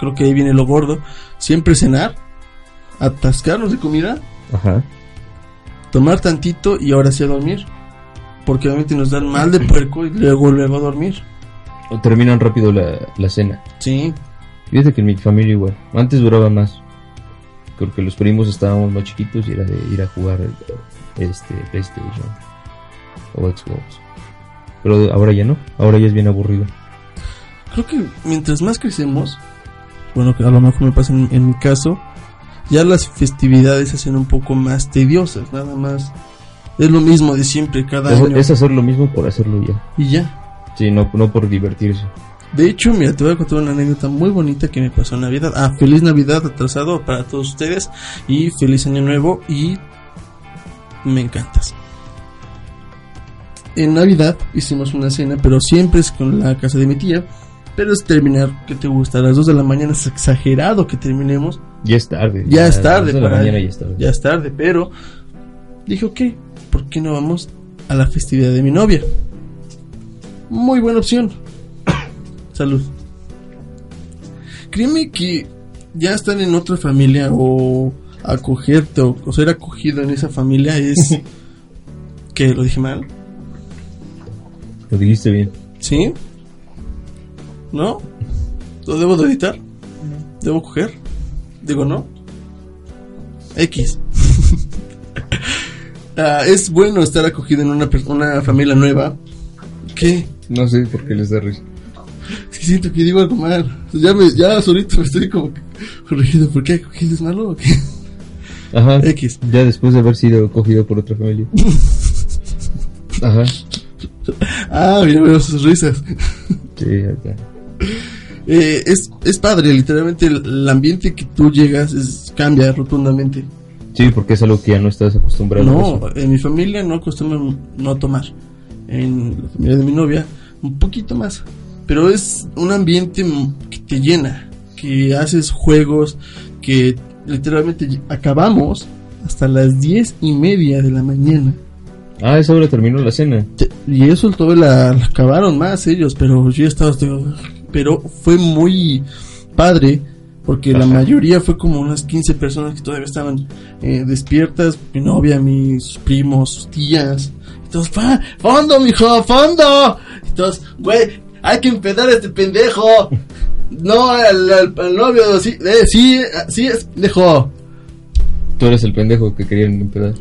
S2: creo que ahí viene lo gordo, siempre cenar, atascarnos de comida,
S5: Ajá.
S2: tomar tantito y ahora sí a dormir. Porque obviamente nos dan mal de puerco y luego, luego a dormir.
S5: O terminan rápido la, la cena.
S2: Sí,
S5: Fíjate que en mi familia igual. Antes duraba más. Porque los primos estábamos más chiquitos y era de ir a jugar este PlayStation o Xbox. Pero ahora ya no. Ahora ya es bien aburrido.
S2: creo que mientras más crecemos, bueno, que a lo mejor me pasa en, en mi caso, ya las festividades se hacen un poco más tediosas, nada más. Es lo mismo de siempre, cada
S5: Es,
S2: año.
S5: es hacer lo mismo por hacerlo ya.
S2: Y ya.
S5: Sí, no, no por divertirse.
S2: De hecho, mira, te voy a contar una anécdota muy bonita que me pasó en Navidad. Ah, feliz Navidad atrasado para todos ustedes y feliz año nuevo y me encantas. En Navidad hicimos una cena, pero siempre es con la casa de mi tía. Pero es terminar, que te gusta? A las 2 de la mañana es exagerado que terminemos.
S5: Ya es tarde.
S2: Ya
S5: a
S2: es
S5: las
S2: tarde
S5: dos de la
S2: para-
S5: mañana ya es tarde.
S2: Ya es tarde, pero dije, ok, ¿por qué no vamos a la festividad de mi novia? muy buena opción. Salud. Créeme que ya estar en otra familia o acogerte o, o ser acogido en esa familia es... que ¿Lo dije mal?
S5: Lo dijiste bien.
S2: ¿Sí? ¿No? ¿Lo debo de editar? ¿Debo coger? Digo, no. X. Ah, es bueno estar acogido en una, per- una familia nueva. ¿Qué?
S5: No sé por qué les da risa.
S2: Es que siento que digo algo mal. Ya, me, ya solito me estoy como corrigido. ¿Por qué acogido es malo o qué?
S5: Ajá.
S2: X.
S5: Ya después de haber sido cogido por otra familia. Ajá.
S2: Ah, mira, veo sus risas.
S5: Sí, acá.
S2: Eh, es, es padre, literalmente el, el ambiente que tú llegas es, cambia rotundamente.
S5: Sí, porque es algo que ya no estás acostumbrado. a
S2: No,
S5: eso.
S2: en mi familia no acostumbran no tomar. En la familia de mi novia, un poquito más. Pero es un ambiente m- que te llena, que haces juegos, que literalmente ll- acabamos hasta las diez y media de la mañana.
S5: Ah, esa hora terminó la cena.
S2: Te- Y eso todo la, la acabaron más ellos, pero yo estaba... hasta- Pero fue muy padre, porque la
S5: Ajá.
S2: mayoría fue como unas 15 personas que todavía estaban eh, despiertas, mi novia, mis primos, sus tías. Y todos, "Fa- ¡Fondo, mijo, fondo! Y todos, güey, hay que empedar a este pendejo. No, al, al- al novio, sí, eh, sí, eh, sí es pendejo.
S5: Tú eres el pendejo que querían empedar.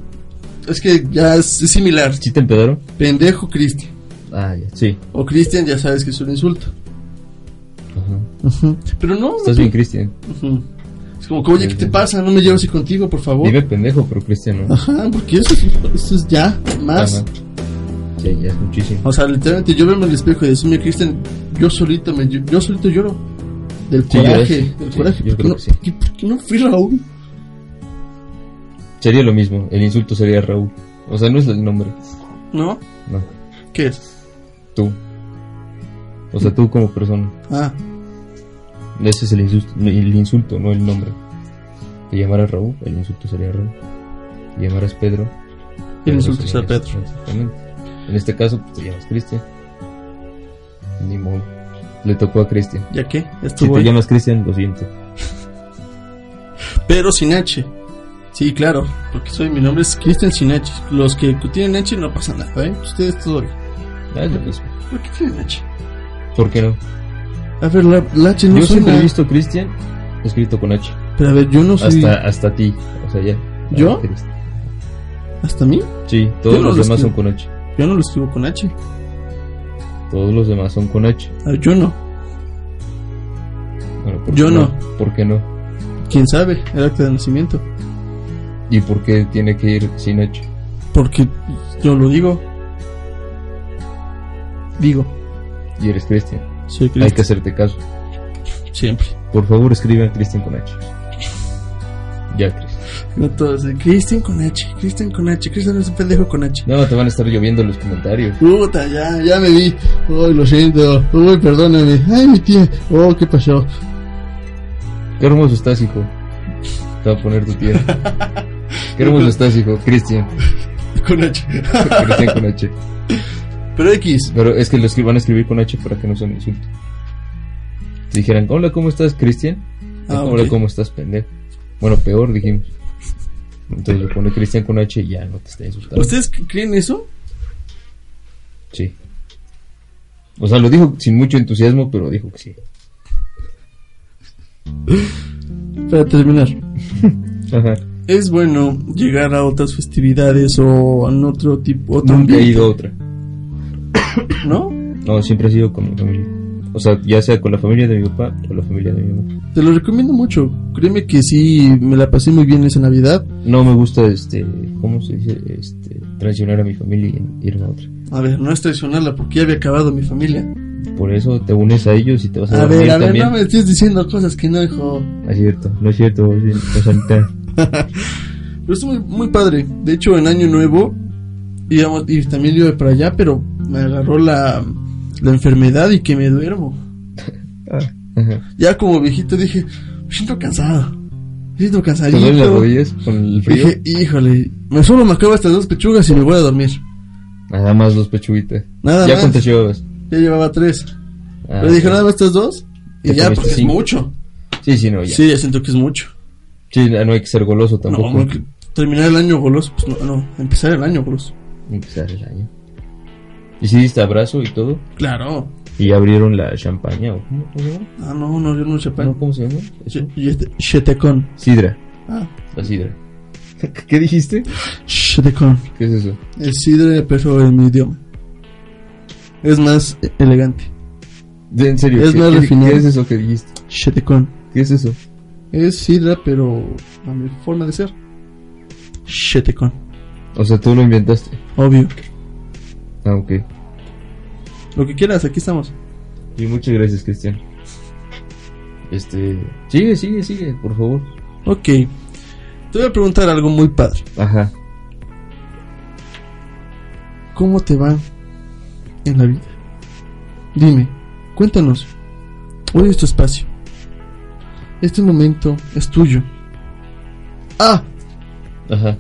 S2: Es que ya es, es similar.
S5: ¿Sí te empedaron?
S2: Pendejo Cristian.
S5: Ah, ya. Sí.
S2: O Cristian ya sabes que es un insulto.
S5: Ajá.
S2: Pero no.
S5: Estás bien, Cristian.
S2: Ujú. Es como, que, oye, ¿qué te pasa? No me llevas así contigo, por favor.
S5: Dime pendejo, pero Cristian no.
S2: Ajá, porque eso, es- eso es ya, más.
S5: Ajá. Sí, ya es muchísimo.
S2: O sea, literalmente yo verme al espejo y decirme, Cristian, yo solito me llo- yo solito lloro. Del
S5: Sí,
S2: coraje,
S5: lloras.
S2: del
S5: Sí,
S2: coraje.
S5: yo
S2: ¿Por qué
S5: creo
S2: no,
S5: que sí.
S2: qué- por qué no fui Raúl?
S5: Sería lo mismo. El insulto sería Raúl. O sea, no es el nombre.
S2: ¿No?
S5: No.
S2: ¿Qué es?
S5: Tú. O sea, tú como persona.
S2: Ah,
S5: Ese es el insulto, el insulto, no el nombre. Te llamaras Raúl, el insulto sería Raúl. Te llamaras Pedro.
S2: El insulto
S5: sería
S2: será
S5: eso,
S2: Pedro.
S5: Exactamente. En este caso, pues, te llamas Cristian. Ni modo. Le tocó a Cristian.
S2: ¿ya qué?
S5: Si
S2: Estuvo
S5: te llamas Cristian, lo siento.
S2: Pero sin H. Sí, claro, porque soy mi nombre es Cristian sin H. Los que tienen H no pasa nada, ¿eh? Ustedes todo bien.
S5: Ah, es lo mismo.
S2: ¿Por qué tienen H?
S5: ¿Por qué no?
S2: A ver, la, la H no
S5: Yo siempre
S2: suena.
S5: he visto Cristian escrito con H.
S2: Pero a ver, yo no soy.
S5: Hasta, hasta ti. O sea, ya. Ah,
S2: ¿Yo?
S5: Cristian.
S2: ¿Hasta mí?
S5: Sí,
S2: Yo
S5: todos
S2: no
S5: los
S2: lo
S5: demás son
S2: escribo.
S5: con H.
S2: Yo no lo escribo con H.
S5: Todos los demás son con H.
S2: Ah, Yo no.
S5: Bueno, ¿por
S2: Yo
S5: qué
S2: no.
S5: ¿Por qué no?
S2: ¿Quién sabe? El acta de nacimiento.
S5: ¿Y por qué tiene que ir sin H?
S2: Porque yo lo digo. Digo.
S5: Y eres Cristian.
S2: Soy
S5: Hay que
S2: Cristo.
S5: hacerte caso.
S2: Siempre.
S5: Por favor, escriban Cristian con H. Ya, Cristian.
S2: No todos. eh, Cristian con H. Cristian con H. Cristian es un pendejo con H.
S5: No, te van a estar lloviendo los comentarios.
S2: Puta, ya, ya me vi. Uy, lo siento. Uy, perdóname. Ay, mi tía. Oh, ¿qué pasó?
S5: Qué hermoso estás, hijo. Te va a poner tu tía. Qué hermoso estás, hijo. Cristian.
S2: Con H.
S5: Cristian con H.
S2: Pero X.
S5: Pero es que lo escri- van a escribir con H para que no sea un insulto. Si dijeran, hola, ¿cómo estás, Cristian?
S2: Ah,
S5: hola,
S2: ok.
S5: ¿cómo estás, pendejo? Bueno, peor, dijimos. Entonces le pone Cristian con H y ya no te está insultando.
S2: ¿Ustedes creen eso?
S5: Sí. O sea, lo dijo sin mucho entusiasmo, pero dijo que sí.
S2: Para terminar.
S5: Ajá.
S2: Es bueno llegar a otras festividades o a otro tipo. Otro
S5: Nunca he
S2: ambiente,
S5: ido a otra.
S2: ¿No?
S5: No, siempre ha sido con mi familia. O sea, ya sea con la familia de mi papá o la familia de mi mamá.
S2: Te lo recomiendo mucho. Créeme que sí, me la pasé muy bien esa Navidad.
S5: No me gusta, este, ¿cómo se dice? Este, traicionar a mi familia y irme a otra.
S2: A ver, no es traicionarla porque ya había acabado mi familia.
S5: Por eso te unes a ellos y te vas a,
S2: A ver,
S5: dormir
S2: a ver,
S5: Ah, también.
S2: no me estés diciendo cosas que no, hijo.
S5: No es cierto, no es cierto, sí, o sea, ahorita-
S2: Pero es muy, muy padre. De hecho, en Año Nuevo íbamos, y también iba para allá, pero me agarró la, la enfermedad y que me duermo.
S5: Ajá.
S2: Ya como viejito dije, me siento cansado. Me siento
S5: ¿Te duelen las
S2: cansadito.
S5: rodillas con el frío?
S2: Dije, híjole, me solo me acabo estas dos pechugas y me voy a dormir.
S5: Nada más dos pechuguitas.
S2: Nada
S5: ¿Ya
S2: más.
S5: cuántas llevabas?
S2: Ya llevaba tres.
S5: Ah,
S2: Pero dije,
S5: ok.
S2: nada más estos dos. Y
S5: Te
S2: ya,
S5: comiste
S2: porque es
S5: cinco.
S2: mucho.
S5: Sí, sí, no, ya. Sí.
S2: Sí, ya siento que es mucho.
S5: no hay que ser goloso tampoco.
S2: No, no, que terminar el año goloso, pues no, no, empezar el año goloso.
S5: Empezar el año. pues, ¿Y si diste abrazo y todo?
S2: Claro.
S5: ¿Y abrieron la champaña o cómo, cómo se llama?
S2: Ah, no, no, yo no sé
S5: No, ¿Cómo se llama? Eso.
S2: este, Shetecon.
S5: Sidra.
S2: Ah,
S5: La sidra. ¿Qué dijiste?
S2: Shetecon.
S5: ¿Qué es eso?
S2: El sidre, pero en mi idioma. Es más elegante.
S5: De- en serio,
S2: Es
S5: ¿qué,
S2: más
S5: qué-
S2: refinado.
S5: qué es eso que dijiste?
S2: Shetecon.
S5: ¿Qué es eso?
S2: Es sidra, pero a mi forma de ser. Shetecon.
S5: O sea, tú lo inventaste.
S2: Obvio.
S5: Ah, ok.
S2: Lo que quieras, aquí estamos.
S5: Y muchas gracias, Cristian. Este. Sigue, sigue, sigue, por favor.
S2: Ok. Te voy a preguntar algo muy padre.
S5: Ajá.
S2: ¿Cómo te va en la vida? Dime, cuéntanos. Hoy es tu espacio. Este momento es tuyo. Ah,
S5: Ajá.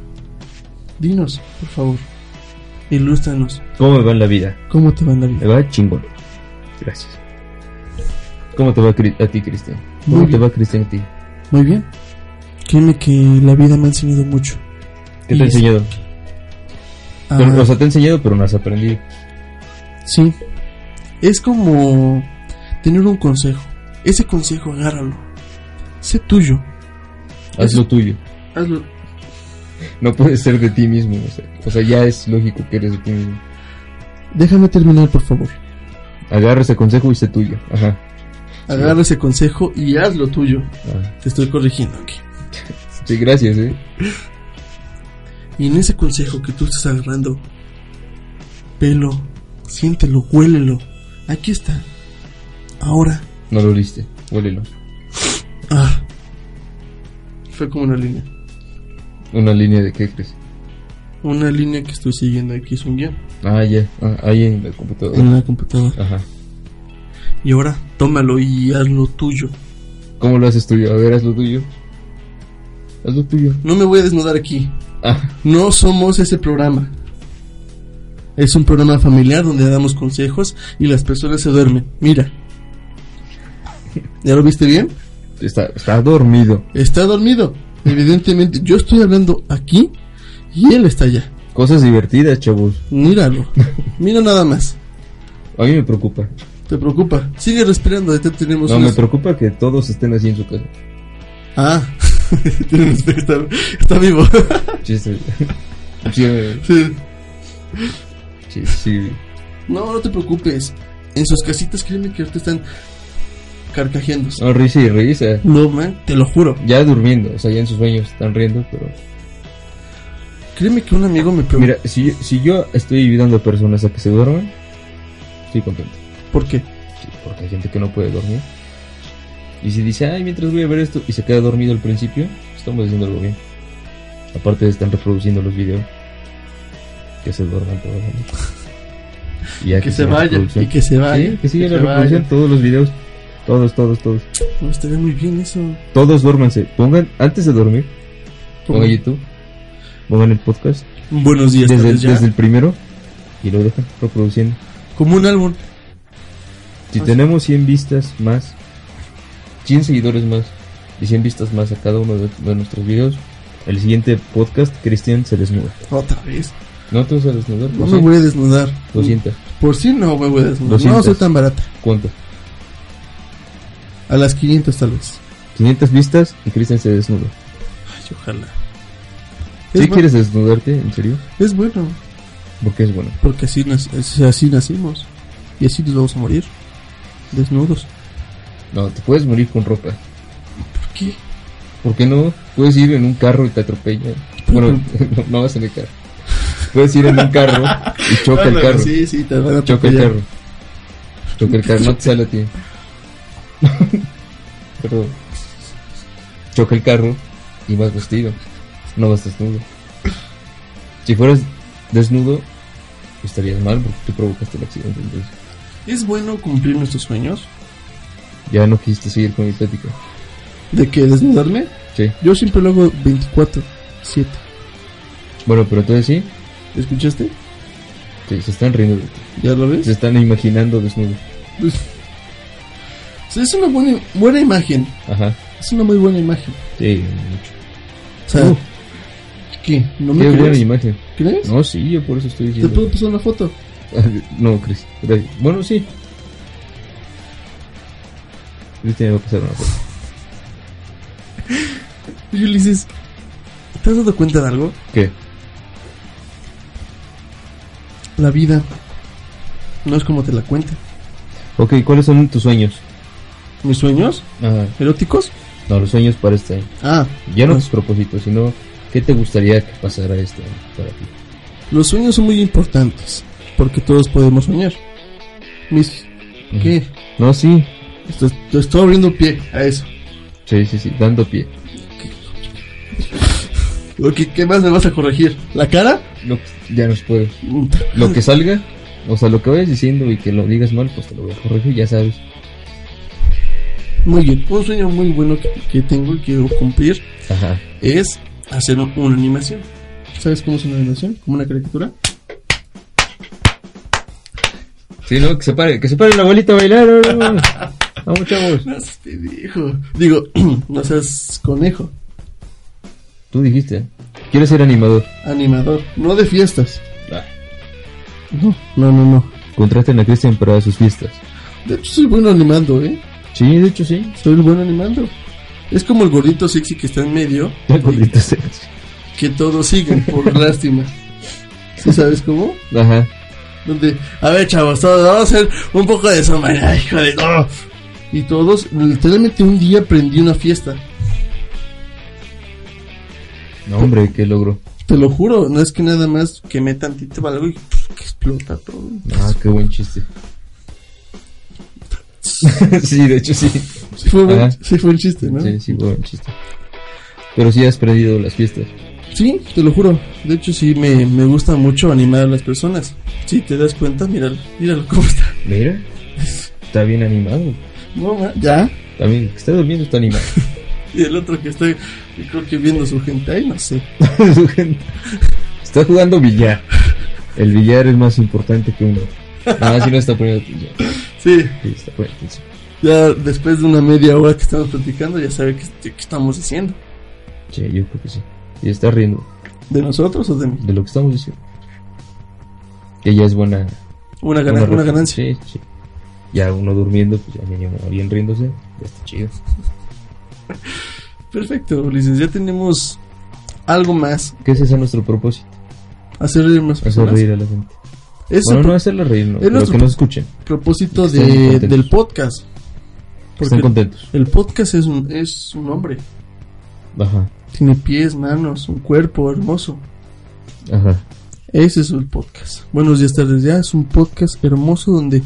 S2: dinos, por favor. Ilústranos.
S5: ¿Cómo me va en la vida?
S2: ¿Cómo te va en la vida?
S5: Me va chingón. Gracias. ¿Cómo te va Cri- a ti, Cristian?
S2: Muy
S5: ¿Cómo te
S2: bien.
S5: va, Cristian, a ti?
S2: Muy bien. Créeme que la vida me ha enseñado mucho.
S5: ¿Qué
S2: Y
S5: te ha
S2: es-
S5: enseñado?
S2: Ah,
S5: Pero, o sea, te ha enseñado, pero no has aprendido.
S2: sí. Es como tener un consejo. Ese consejo, agárralo. Sé tuyo.
S5: Haz
S2: Eso-
S5: lo tuyo.
S2: Hazlo.
S5: No puedes ser de ti mismo. O sea, o sea, ya es lógico que eres de ti mismo.
S2: Déjame terminar, por favor.
S5: Agarra ese consejo y sé tuyo. Ajá.
S2: Agarra ese consejo y haz lo tuyo.
S5: Ah.
S2: Te estoy corrigiendo aquí.
S5: Sí, gracias, eh.
S2: Y en ese consejo que tú estás agarrando, pelo, siéntelo, huélelo. Aquí está. Ahora.
S5: No lo oliste. Huélelo.
S2: Ah. Fue como una línea.
S5: Una línea de qué crees.
S2: Una línea que estoy siguiendo aquí es un guión
S5: Ah, ya. Ah, ahí en la computadora.
S2: en la computadora.
S5: Ajá.
S2: Y ahora tómalo y hazlo tuyo.
S5: ¿Cómo lo haces tuyo? A ver, haz lo tuyo. Haz lo tuyo.
S2: No me voy a desnudar aquí.
S5: Ah,
S2: No somos ese programa. Es un programa familiar donde damos consejos y las personas se duermen. Mira. ¿Ya lo viste bien?
S5: está, está dormido.
S2: Está dormido. Evidentemente, yo estoy hablando aquí y él está allá.
S5: Cosas divertidas, chavos.
S2: Míralo. Mira nada más.
S5: A mí me preocupa.
S2: Te preocupa. Sigue respirando. Ahorita tenemos
S5: No, me
S2: unas-
S5: preocupa que todos estén así en su casa.
S2: Ah. Tenemos- está, está vivo.
S5: Chiste. Sí, eh,
S2: Sí.
S5: sí, sí.
S2: No, no te preocupes. En sus casitas, créeme que ahorita están carcajeando.
S5: No, risa y risa.
S2: No, man, te lo juro.
S5: Ya durmiendo, o sea, ya en sus sueños están riendo, pero...
S2: Créeme que un amigo me preguntó.
S5: Mira, si, si yo estoy ayudando a personas a que se duerman, estoy contento.
S2: ¿por qué?
S5: Sí, porque hay gente que no puede dormir. Y si dice, ay, mientras voy a ver esto, y se queda dormido al principio, estamos haciendo algo bien. Aparte están reproduciendo los videos. Que se duerman todos. ¿no? Y ya
S2: Que se
S5: siga la
S2: vaya,
S5: reproducción.
S2: y que se vaya.
S5: Sí, que siga
S2: que
S5: la
S2: se vaya.
S5: reproducción, todos los videos. Todos, todos, todos.
S2: No, estaría muy bien eso.
S5: Todos duérmanse. Pongan, antes de dormir, pongan YouTube, pongan el podcast.
S2: Buenos días,
S5: Desde,
S2: tardes, ya.
S5: desde el primero. Y lo dejan reproduciendo.
S2: Como un álbum.
S5: Si
S2: Ah, sí.
S5: tenemos 100 vistas más, 100 seguidores más y 100 vistas más a cada uno de, de nuestros videos, el siguiente podcast, Cristian se desnuda.
S2: Otra vez.
S5: ¿No te vas a desnudar?
S2: No me voy a desnudar.
S5: 200.
S2: Por si no me voy a desnudar. No
S5: 200.
S2: soy tan barata.
S5: ¿Cuánto?
S2: A las 500 tal vez.
S5: 500 vistas y Cristian se desnuda.
S2: Ay, ojalá.
S5: ¿Sí
S2: Es, bu-
S5: quieres desnudarte? ¿En serio?
S2: es bueno,
S5: Porque es bueno.
S2: porque así, nac- es- así nacimos. Y así nos vamos a morir. Desnudos.
S5: No, te puedes morir con ropa.
S2: ¿Por qué?
S5: ¿Por qué no? Puedes ir en un carro y te atropella. Bueno, no, no vas en el carro. Puedes ir en un carro y choca el carro.
S2: Sí, sí, te van a
S5: Choca el
S2: atropellar.
S5: carro. Choca el carro, no te sale a ti. Perdón. Choca el carro y vas vestido. No vas desnudo. Si fueras desnudo, estarías mal porque tú provocaste el accidente. Entonces,
S2: Es bueno cumplir nuestros sueños.
S5: ya no quisiste seguir con mi plática.
S2: ¿De que ¿Desnudarme?
S5: Sí.
S2: Yo siempre lo hago 24, 7.
S5: Bueno, pero entonces sí,
S2: ¿Escuchaste?
S5: Sí, se están riendo. de ti.
S2: ¿Ya lo ves?
S5: Se están imaginando desnudos.
S2: Sí, es una buena, buena imagen.
S5: Ajá.
S2: Es una muy buena imagen.
S5: Sí, mucho.
S2: O sea,
S5: Uh.
S2: ¿qué? ¿No
S5: Qué
S2: me
S5: buena
S2: crees?
S5: imagen.
S2: ¿Crees?
S5: No, sí, yo por eso estoy
S2: ¿Te puedo
S5: diciendo. Ah,
S2: pasar una foto?
S5: no, Chris. Gracias. Bueno, sí. Chris tiene que pasar una cosa.
S2: Y yo le dices, ¿te has dado cuenta de algo?
S5: ¿Qué?
S2: La vida no es como te la cuenta.
S5: Ok, ¿cuáles son tus sueños?
S2: ¿Mis sueños
S5: Ajá.
S2: eróticos?
S5: No, los sueños para este año.
S2: Ah,
S5: Ya no
S2: Ah.
S5: tus propósitos, sino qué te gustaría que pasara este año para ti.
S2: los sueños son muy importantes. Porque todos podemos soñar. Mis... ¿Qué?
S5: No, sí.
S2: Esto- te estoy abriendo pie a eso.
S5: Sí, sí, sí. Dando pie.
S2: ¿Qué, ¿Qué más me vas a corregir? ¿La cara?
S5: No, pues, ya nos puedes. Lo que salga, o sea, lo que vayas diciendo y que lo digas mal, pues te lo voy a corregir, ya sabes.
S2: Muy bien. Un sueño muy bueno que, que tengo y quiero cumplir
S5: Ajá.
S2: es hacer un- una animación. ¿Sabes cómo es una animación? ¿Como una caricatura?
S5: Sí, no, que se pare, que se pare la abuelita a bailar. órale. Vamos, chavos.
S2: No seas pendejo. Digo, no seas conejo.
S5: Tú dijiste, quiero ser animador.
S2: Animador. No de fiestas.
S5: Ah,
S2: No, no, no, no.
S5: Contraten a Cristian para sus fiestas.
S2: De hecho, soy bueno animando, ¿eh?
S5: Sí, de hecho sí.
S2: Soy bueno animando. Es como el gordito sexy que está en medio.
S5: Ya gordito se-
S2: Que todos siguen, por lástima. ¿Sí sabes cómo?
S5: Ajá.
S2: Donde, a ver, chavos, todos vamos a hacer un poco de sombra. hijo de no. Y todos, literalmente un día prendí una fiesta.
S5: No, hombre, qué logro.
S2: Te lo juro, no es que nada más quemé tantito algo y pff, que explota todo.
S5: Ah, qué buen chiste. sí, de hecho sí.
S2: Sí fue, buen,
S5: Ajá.
S2: sí fue el chiste, ¿no?
S5: Sí, sí, buen chiste. Pero sí has perdido las fiestas.
S2: Sí, te lo juro. De hecho, sí, me, me gusta mucho animar a las personas. Si te das cuenta, míralo, míralo cómo está.
S5: Mira, está bien animado.
S2: No, ma- ya.
S5: También, que está durmiendo está animado.
S2: Y el otro que está, yo creo que viendo su gente ahí, no sé.
S5: está jugando billar. El billar es más importante que uno. Ah, sí, no está poniendo atención.
S2: Sí,
S5: Sí, está poniendo atención.
S2: ya después de una media hora que estamos platicando, ya sabe qué, qué estamos haciendo.
S5: Sí, yo creo que sí. Y está riendo
S2: ¿De nosotros o de mí?
S5: de lo que estamos diciendo. Que ya es buena.
S2: Una, gana-
S5: buena
S2: una
S5: referencia.
S2: ganancia.
S5: Sí, sí. Ya uno durmiendo, pues ya mínimo alguien riéndose. Ya está chido.
S2: Perfecto, Ulises. Ya tenemos algo más.
S5: Que ese sea nuestro propósito.
S2: Hacer reír más
S5: Hacer
S2: personas.
S5: reír a la gente.
S2: Es
S5: Bueno,
S2: el pro-
S5: no hacerla reír, no.
S2: es
S5: Pero
S2: nuestro
S5: que nos escuchen.
S2: propósito
S5: Estén
S2: de-
S5: contentos.
S2: del podcast.
S5: Que estén
S2: Porque
S5: contentos.
S2: el podcast es un, es un hombre.
S5: Ajá.
S2: Tiene pies, manos, un cuerpo hermoso.
S5: Ajá.
S2: Ese es el podcast. Buenos días, tardes, ya. Es un podcast hermoso donde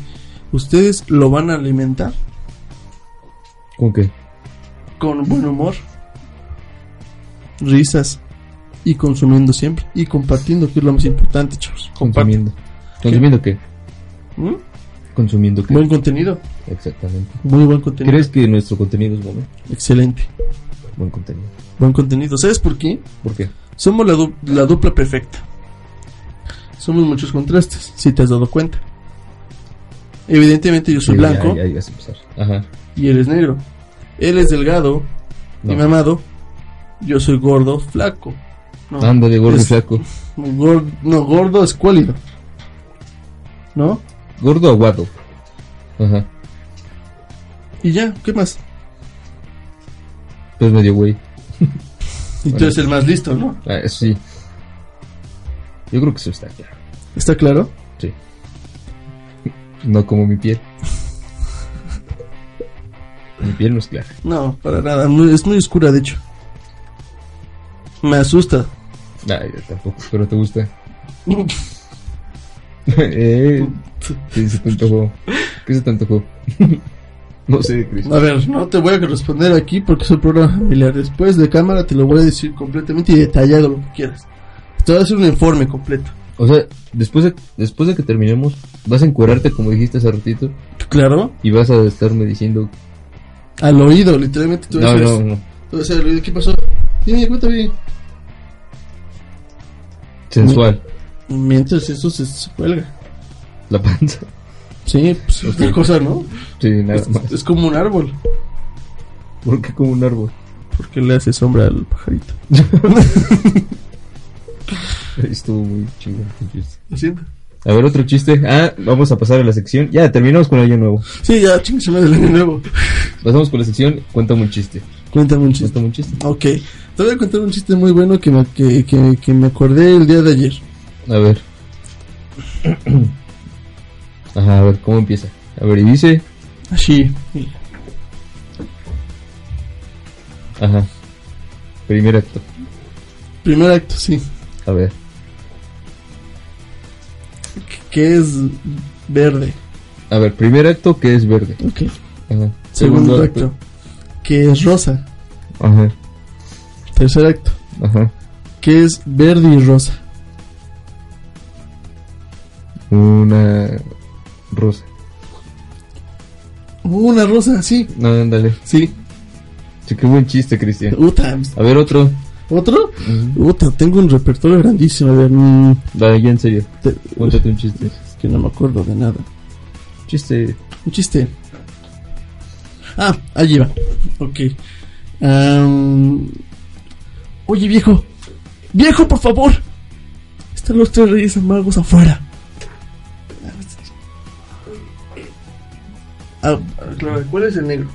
S2: ustedes lo van a alimentar
S5: ¿Con qué?
S2: con buen humor, risas y consumiendo siempre. Y compartiendo, que es lo más importante, chavos. Comparten.
S5: Consumiendo. ¿Consumiendo qué?
S2: ¿Mm?
S5: Consumiendo qué.
S2: Buen contenido.
S5: Exactamente.
S2: Muy buen contenido.
S5: ¿Crees que nuestro contenido es bueno?
S2: Excelente.
S5: Buen contenido.
S2: Buen contenido. ¿Sabes por qué?
S5: ¿Por qué?
S2: Somos la, du- la dupla perfecta. Somos muchos contrastes, si te has dado cuenta. Evidentemente yo soy
S5: Sí,
S2: blanco
S5: Ya, ya, ya vas a empezar. Ajá.
S2: y él es negro. Él es delgado
S5: No.
S2: y mamado. Yo soy gordo, flaco. No,
S5: Ándale, gordo y
S2: Ah. es-
S5: flaco.
S2: gor- no, gordo es cuálido. ¿No?
S5: Gordo aguado. Ajá.
S2: Y ya, ¿qué más?
S5: Pues medio güey.
S2: Y tú
S5: Bueno.
S2: eres el más listo, ¿no?
S5: Ah, eso sí. Yo creo que eso está claro.
S2: ¿Está claro?
S5: Sí. No como mi piel. mi piel no es clara.
S2: No, para nada. muy- es muy oscura, de hecho. Me asusta.
S5: Ah, yo tampoco, pero te gusta. eh, ¿Qué se te antojó? ¿Qué se te antojó? no sé, Chris.
S2: A ver, no te voy a responder aquí porque es un programa familiar. Después de cámara te lo voy a decir completamente y detallado lo que quieras. Te voy a hacer un informe completo.
S5: O sea, después de, después de que terminemos, vas a encuerarte como dijiste hace ratito
S2: Claro,
S5: y vas a estarme diciendo...
S2: al oído, literalmente tú
S5: No, no, no.
S2: ¿qué pasó? Dime, cuéntame.
S5: Sensual.
S2: Mientras eso se, se cuelga.
S5: La panza.
S2: Sí, pues otra cosa, ¿no?
S5: Sí, nada
S2: Es,
S5: más.
S2: es como un árbol.
S5: Este, ¿Por qué como un árbol?
S2: Porque le hace sombra al pajarito.
S5: Estuvo muy chido el chiste.
S2: Lo siento.
S5: A ver, otro chiste. Ah, vamos a pasar a la sección. Ya, terminamos con el año nuevo.
S2: Sí, ya, chingue su madre de nuevo.
S5: Pasamos con la sección. Cuéntame un chiste.
S2: Cuéntame un chiste.
S5: Cuéntame un chiste.
S2: Ok. Te voy a contar un chiste muy bueno que me, que, que, que me acordé el día de ayer.
S5: A ver. Ajá, a ver, ¿cómo empieza? A ver, y dice.
S2: Así.
S5: Ajá. Primer acto.
S2: Primer acto, sí.
S5: A ver.
S2: Que es verde.
S5: A ver, primer acto que es verde.
S2: Ok.
S5: Ajá.
S2: Segundo, acto. Que es rosa.
S5: Ajá,
S2: Tercer acto.
S5: ajá.
S2: Que es verde y rosa.
S5: Una rosa.
S2: Una rosa, sí.
S5: No, ándale.
S2: Sí.
S5: Sí, qué buen chiste, Cristian.
S2: Uta.
S5: A ver, otro.
S2: ¿Otro? Uta, tengo un repertorio grandísimo. A ver, mm,
S5: Dale, ya en serio.
S2: te-
S5: Cuéntate un chiste.
S2: es que no me acuerdo de nada.
S5: Chiste.
S2: Un chiste. Ah, allí va. Ok. Am, oye, viejo. Viejo, por favor. Están los tres reyes amargos afuera. Ah, claro, ¿cuál es el negro?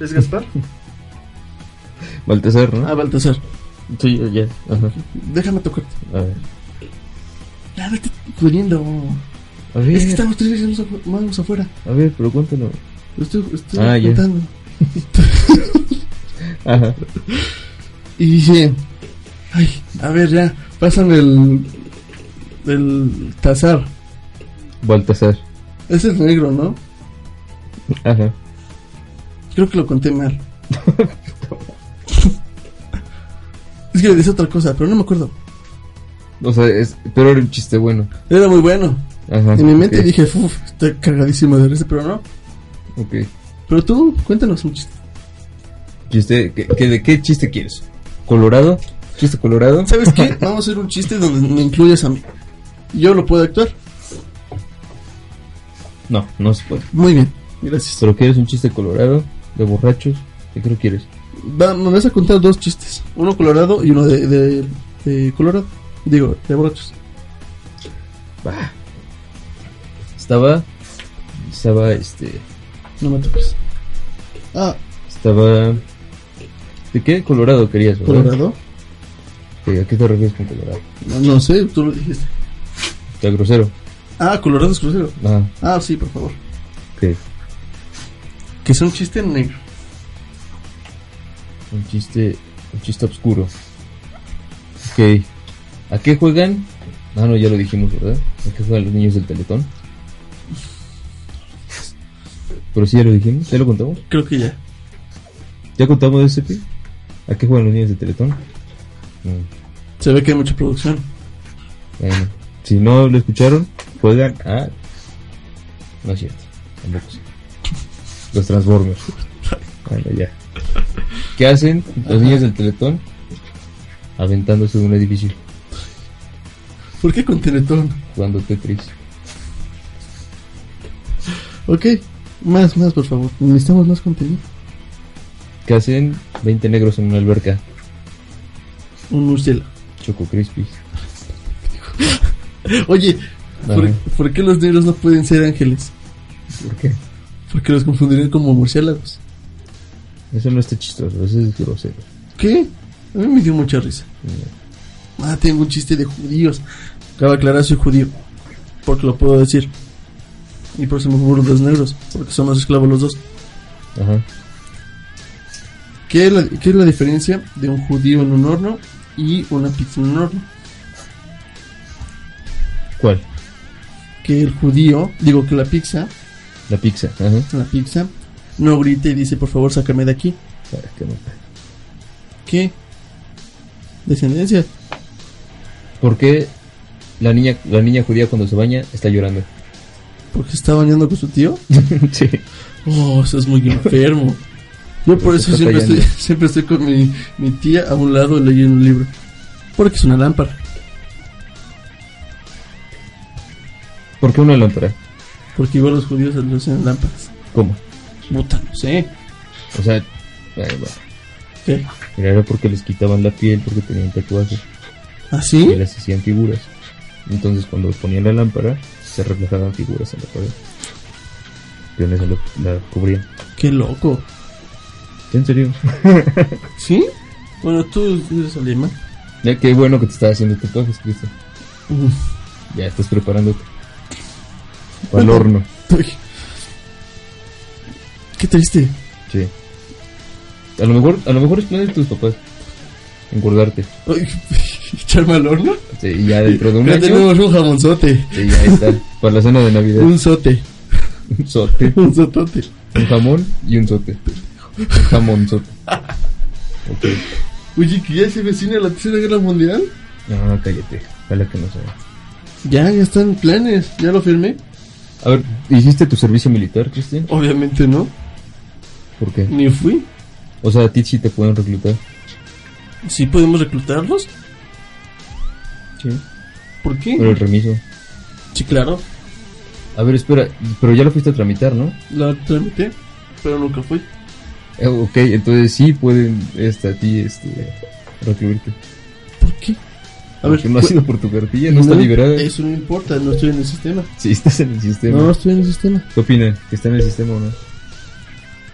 S2: ¿Es Gaspar?
S5: Baltasar, ¿no?
S2: Ah, Baltasar.
S5: sí, ya. Ajá.
S2: Déjame tocarte.
S5: A ver.
S2: Ya vete jodiendo.
S5: A ver,
S2: Es que están los tres reyes afu- amargos afuera.
S5: a ver, pero cuéntalo.
S2: Lo estoy, estoy
S5: Ah, ya.
S2: contando.
S5: Ajá.
S2: Y dice, ay, a ver ya, pasan el, el tazar.
S5: Baltasar.
S2: Ese es negro, ¿no?
S5: Ajá.
S2: Creo que lo conté mal. es que le dice otra cosa, pero no me acuerdo.
S5: O sea, es, pero era un chiste bueno.
S2: Era muy bueno.
S5: Ajá.
S2: En mi mente
S5: ok,
S2: dije, uff, estoy cargadísimo de risa, pero no.
S5: Ok.
S2: Pero tú, cuéntanos un chiste.
S5: Chiste, ¿qué, qué- de qué chiste quieres? ¿Colorado? ¿Chiste colorado?
S2: ¿Sabes qué? Vamos a hacer un chiste donde me incluyas a mí. Yo lo puedo actuar.
S5: No, no se puede.
S2: Muy bien, gracias.
S5: Pero quieres un chiste colorado, de borrachos. ¿De qué lo quieres?
S2: Va- me vas a contar dos chistes. Uno colorado y uno de, de, de colorado. Digo, de borrachos.
S5: Estaba. Estaba este.
S2: No me toques. Ah,
S5: Estaba. ¿De qué colorado querías, verdad?
S2: ¿colorado?
S5: Sí, ¿A qué te refieres con colorado?
S2: No, no sé, tú lo dijiste.
S5: Está grosero.
S2: Ah, colorado es crucero.
S5: Ah,
S2: Ah, sí, por favor.
S5: ok.
S2: Que sea un chiste negro.
S5: Un chiste. Un chiste oscuro. Ok. ¿A qué juegan? Ah, no, ya lo dijimos, ¿verdad? ¿A qué juegan los niños del teletón? Pero sí, ya lo dijimos. ¿Ya lo contamos?
S2: Creo que ya.
S5: ¿Ya contamos de ese pi? ¿A qué juegan los niños del teletón? Mm.
S2: Se ve que hay mucha producción.
S5: Bueno, si no lo escucharon, juegan a. No es cierto, tampoco sé. Los Transformers. Bueno, ya. ¿Qué hacen los niños del Teletón? Aventándose de un edificio,
S2: ¿Por qué con Teletón?
S5: jugando Tetris.
S2: Ok, más, más, por favor. Necesitamos más contenido.
S5: ¿Qué hacen 20 negros en una alberca?
S2: Un murciélago.
S5: Choco Crispy.
S2: Oye, ¿por,
S5: Ajá.
S2: por qué los negros no pueden ser ángeles?
S5: ¿Por qué?
S2: Porque los confundirían como murciélagos.
S5: Eso no está chistoso, eso es grosero.
S2: ¿Qué? A mí me dio mucha risa. Ah, tengo un chiste de judíos. Cabe aclarar, soy judío. Porque lo puedo decir. Y por eso me burlo de los negros. Porque somos esclavos los dos.
S5: Ajá.
S2: ¿Qué es, la, qué es la diferencia de un judío en un horno y una pizza en un horno?
S5: ¿Cuál?
S2: Que el judío, digo que la pizza,
S5: La pizza. Ajá.
S2: la pizza, no grita y dice, por favor, sácame de aquí.
S5: Ah, qué mal.
S2: ¿Qué? Descendencia.
S5: ¿Por qué la niña, la niña judía cuando se baña está llorando?
S2: Porque se está bañando con su tío.
S5: sí.
S2: Oh, eso es muy enfermo. Yo por
S5: Se está
S2: eso siempre estoy,
S5: cayendo.
S2: siempre estoy con mi, mi tía a un lado leyendo un libro. Porque es una lámpara.
S5: ¿Por qué una lámpara?
S2: Porque igual los judíos alucinan lámparas.
S5: ¿Cómo?
S2: Puta, no sé.
S5: O sea, ay, bueno,
S2: ¿Qué?
S5: mira, era porque les quitaban la piel porque tenían tatuajes y
S2: ¿Así?
S5: les hacían figuras. Entonces cuando ponían la lámpara se reflejaban figuras en la pared. Y con eso lo- la cubrían.
S2: Qué loco.
S5: ¿En serio?
S2: ¿Sí? Bueno, tú eres alemán.
S5: Ya qué bueno que te estás haciendo tatuajes, Cristo.
S2: Ujú.
S5: Ya estás preparándote. Al horno.
S2: Uy. Qué triste.
S5: Sí. A lo mejor, a lo mejor es plan de tus papás. Engordarte.
S2: Uy, Echarme al horno.
S5: Sí, y ya dentro de un
S2: Ya
S5: año.
S2: tenemos un jamonzote.
S5: Sí, ya está. Para la cena de Navidad.
S2: Un sote.
S5: Un sote.
S2: Un sotote.
S5: Un jamón y un sote. Un jamón sote. Ok.
S3: Oye, que ya se vecina la tercera guerra mundial.
S5: No, cállate. Ojalá que no sea.
S2: Ya, ya están planes. Ya lo firmé.
S5: A ver, ¿hiciste tu servicio militar, Cristian?
S2: Obviamente no.
S5: ¿Por qué?
S2: Ni fui.
S5: O sea, a ti sí te pueden reclutar.
S2: ¿Sí podemos reclutarlos?
S5: Sí.
S2: ¿Por qué?
S5: Por el remiso.
S2: Sí, claro.
S5: A ver, espera. Pero ya lo fuiste a tramitar, ¿no?
S2: La tramité. Pero nunca fui.
S5: Eh, Ok, entonces sí pueden este, a ti este, recluirte.
S2: ¿Por qué?
S5: A ver, no ha
S2: cu-
S5: sido por tu cartilla, no, está liberada.
S2: Eso no importa. No estoy en el sistema.
S5: Si estás en el sistema.
S2: No, estoy en el sistema.
S5: ¿Qué opinan? ¿Que está en el sistema o no?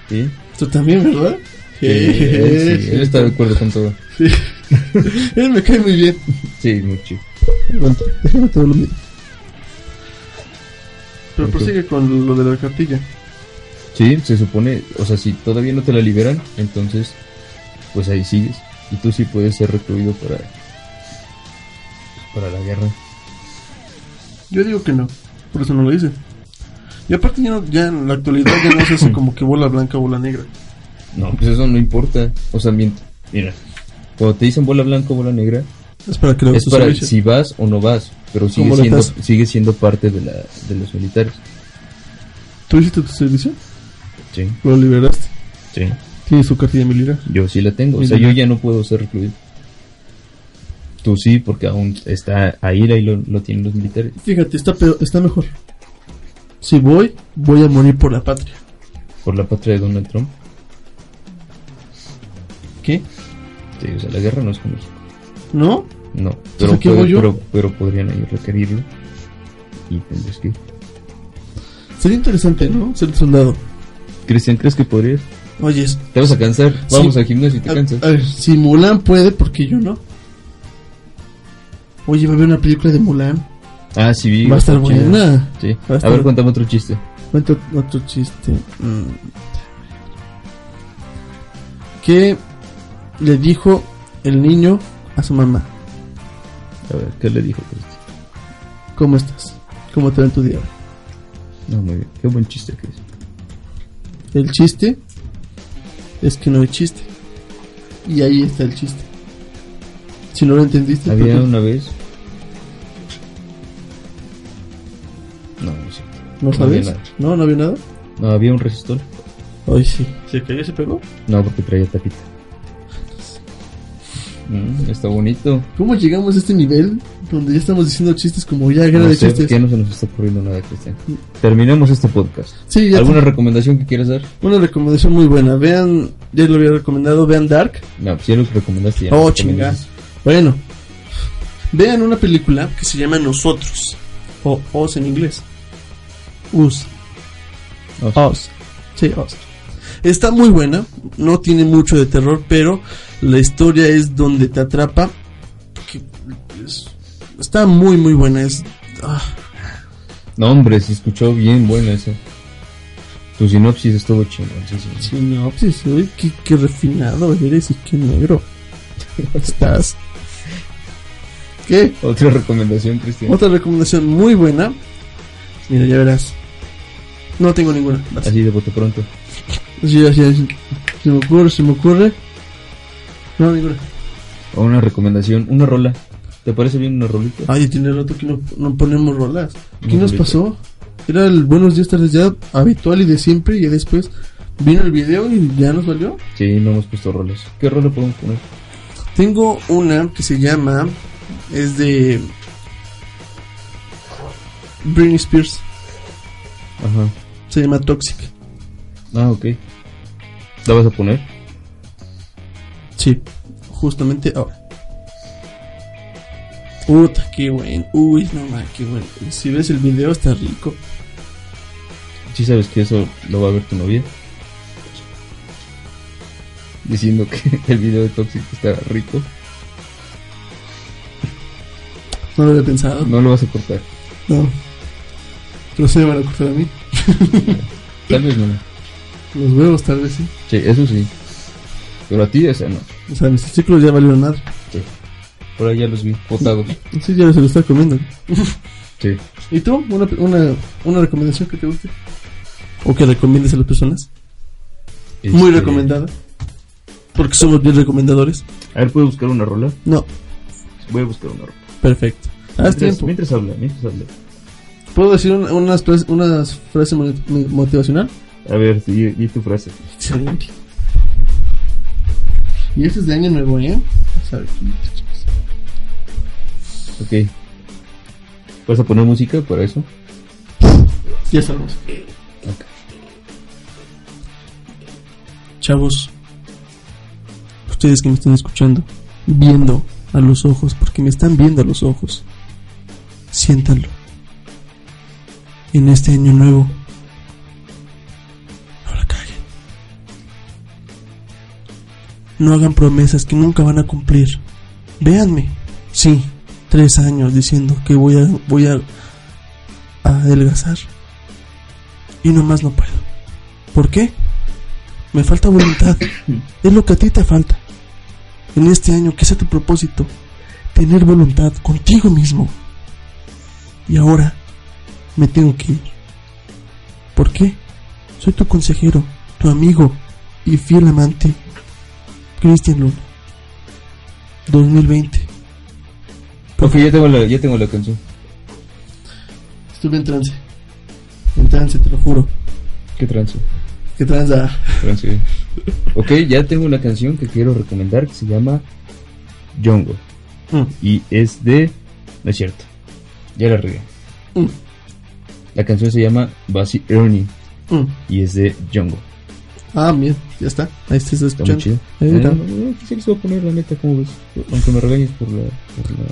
S5: ¿Sí?
S2: Tú también, ¿verdad? Eh,
S5: Sí, él sí, él está de acuerdo con todo.
S2: Él me cae muy bien.
S5: Sí, mucho.
S2: Aguanta, déjame todo lo mío. Pero prosigue con lo de la cartilla.
S5: Sí, se supone, o sea, si todavía no te la liberan, entonces, pues ahí sigues. Y tú sí puedes ser recluido para, para la guerra.
S2: Yo digo que no, por eso no lo hice. Y aparte ya, no- ya en la actualidad ya no se hace como que bola blanca o bola negra.
S5: No, pues eso no importa. O sea, mien- mira, cuando te dicen bola blanca o bola negra,
S2: Es para que lo
S5: es para si vas o no vas, pero sigue
S2: Como la
S5: siendo,
S2: taza.
S5: sigue siendo parte de, la, de los militares.
S2: ¿Tú hiciste tu servicio?
S5: Sí,
S2: ¿Lo liberaste?
S5: sí.
S2: Tiene su cartilla militar.
S5: Yo sí la tengo, o sea, yo ya no puedo ser recluido. Tú sí, porque aún está ahí, ahí lo, lo tienen los militares.
S2: Fíjate, está, peor- está mejor. Si voy, voy a morir por la patria.
S5: Por la patria de Donald Trump.
S2: ¿Qué?
S5: Sí, o sea, la guerra no es con México.
S2: ¿No?
S5: No, pero,
S2: ¿a qué
S5: puede-
S2: voy yo?
S5: pero, pero podrían ahí requerirlo. Y tendrías que ir.
S2: Sería interesante, ¿no? Ser soldado.
S5: Cristian, ¿crees que podrías?
S2: Oyes,
S5: Te vas a cansar. Vamos
S2: Sí. Ah,
S5: al gimnasio y te
S2: A-
S5: cansas.
S2: a ver, si Mulan puede, ¿por qué yo no? Oye, va a haber una película de Mulan.
S5: Ah, sí, vi.
S2: Va a estar
S5: Chido.
S2: buena.
S5: Sí.
S2: Va a
S5: A
S2: estar-
S5: ver, cuéntame otro chiste.
S2: Cuento otro chiste. Mm. ¿Qué le dijo el niño a su mamá?
S5: A ver, ¿qué le dijo Cristian?
S2: ¿Cómo estás? ¿Cómo te va en tu día?
S5: No, muy bien. Qué buen chiste que es.
S2: El chiste es que no hay chiste. Y ahí está el chiste. Si no lo entendiste,
S5: Había
S2: perdón.
S5: una vez. No, no sé.
S2: ¿no
S5: había
S2: sabes?
S5: nada.
S2: No, no había nada.
S5: No, había un resistor.
S2: Ay, sí. ¿Se cayó se pegó?
S5: No, porque traía tapita. Mm, está bonito.
S2: ¿Cómo llegamos a este nivel donde ya estamos diciendo chistes como ya guerra
S5: No
S2: de
S5: sé,
S2: chistes?
S5: ya no se nos está ocurriendo nada, Cristian. Terminamos este podcast.
S2: Sí, ya
S5: ¿Alguna recomendación que quieras dar?
S2: Una recomendación muy buena. Vean, ya lo había recomendado, vean Dark.
S5: No, pues ya los recomendaste. ya
S2: Oh,
S5: nos
S2: chinga.
S5: recomendaste.
S2: Bueno, vean una película que se llama Nosotros. O Os en inglés. Us.
S5: Us.
S2: Us. Sí, Us. Está muy buena, no tiene mucho de terror, pero la historia es donde te atrapa. que es- está muy, muy buena. Es, ah,
S5: No, hombre, se escuchó bien buena esa. Tu sinopsis estuvo chingón. Sí, sí, sí.
S2: Sinopsis, uy, qué, qué refinado eres y qué negro estás. ¿Qué?
S5: Otra recomendación, Cristian.
S2: Otra recomendación muy buena. Mira, ya verás. No tengo ninguna. Vas.
S5: Así de bote pronto.
S2: Así, así, así. Se me ocurre, se me ocurre. No, ninguna.
S5: O una recomendación, una rola. ¿Te parece bien una rolita?
S2: Ay, tiene rato que no, no ponemos rolas. ¿Qué
S5: No,
S2: nos
S5: ahorita.
S2: pasó? Era el buenos días, tardes ya habitual y de siempre. Y ya después vino el video y ya nos valió.
S5: Sí, no hemos puesto rolas. ¿Qué rola podemos poner?
S2: Tengo una que se llama. Es de. Britney Spears.
S5: Ajá.
S2: Se llama Toxic.
S5: Ah, ok. ¿La vas a poner?
S2: Sí, justamente ahora. Puta, qué buen. Uy, no mames, qué bueno. Si ves el video, está rico.
S5: Sí sabes que eso lo va a ver tu novia. Diciendo que el video de Toxic está rico.
S2: No lo había pensado.
S5: No lo vas a cortar.
S2: No. Pero se me van a cortar a mí.
S5: Tal vez no.
S2: Los huevos, tal vez sí.
S5: Sí, eso sí. Pero a ti, o sea, no.
S2: O sea, mis testículos ya valieron nada.
S5: Por ahí ya los vi botados.
S2: Sí, ya se lo está comiendo.
S5: Sí.
S2: ¿Y tú? ¿Una, una, una recomendación que te guste? ¿O que recomiendes a las personas? Muy
S5: Este,
S2: recomendada. Porque somos bien recomendadores.
S5: A ver, ¿puedo buscar una rola?
S2: No,
S5: Voy a buscar una rola.
S2: perfecto. Haz
S5: Mientras-
S2: tiempo.
S5: Mientras habla, mientras habla.
S2: ¿Puedo decir un- unas, fra- unas frases mo- motivacional?
S5: A ver, y, y tu frase.
S2: Excelente. E Y eso es de año nuevo, ¿eh? O sea,
S5: Ok. ¿Vas a poner música para eso?
S2: Ya sabemos.
S5: Ok.
S2: Chavos, ustedes que me están escuchando, viendo a los ojos, porque me están viendo a los ojos, siéntanlo. En este año nuevo, no la caguen. No hagan promesas que nunca van a cumplir. Véanme, sí, tres años diciendo que voy a, voy a, a adelgazar. Y nomás no puedo. ¿Por qué? Me falta voluntad. Es lo que a ti te falta. En este año, que sea tu propósito, tener voluntad contigo mismo. Y ahora me tengo que ir. ¿Por qué? Soy tu consejero, tu amigo y fiel amante, Cristian Luna. 2020.
S5: Ok, ya tengo la, ya tengo la canción.
S2: Estuve en trance. En trance, te lo juro.
S5: ¿Qué trance?
S2: Que tranza.
S5: Trance. ok, ya tengo una canción que quiero recomendar que se llama Jongo.
S2: Mm.
S5: Y es de... No es cierto. Ya la regué.
S2: Mm.
S5: La canción se llama Basi Ernie
S2: Mm.
S5: y es de Jongo.
S2: Ah, bien, ya está. Ahí te estás
S5: Está muy
S2: escuchando.
S5: chida.
S2: Ahí está.
S5: Eh, quisiera que se va a poner la neta, como ves? Aunque me regañes por la... Por la...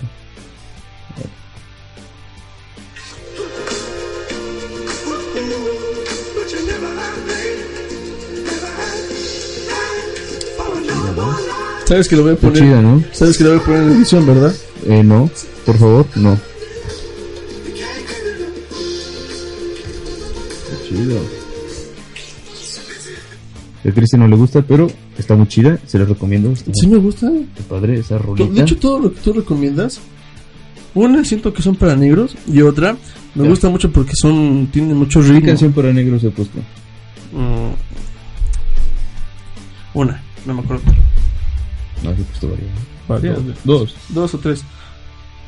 S2: Sabes que lo voy a
S5: Está
S2: poner.
S5: chida, ¿no?
S2: Sabes que lo voy a poner en edición, ¿verdad?
S5: Eh, no, por favor, no. Chido. A Cristian no le gusta, pero está muy chida, se la recomiendo. Está
S2: Sí me gusta.
S5: muy padre esa rolita.
S2: De hecho, todo lo que tú recomiendas, una siento que son para negros y otra me
S5: Ya.
S2: gusta mucho porque son tienen mucho
S5: ¿Qué
S2: ritmo.
S5: canción para negros he puesto?
S2: Mm. Una, no me acuerdo.
S5: No, sí he puesto varias.
S2: Varias,
S5: Dos. Dos.
S2: Dos o tres.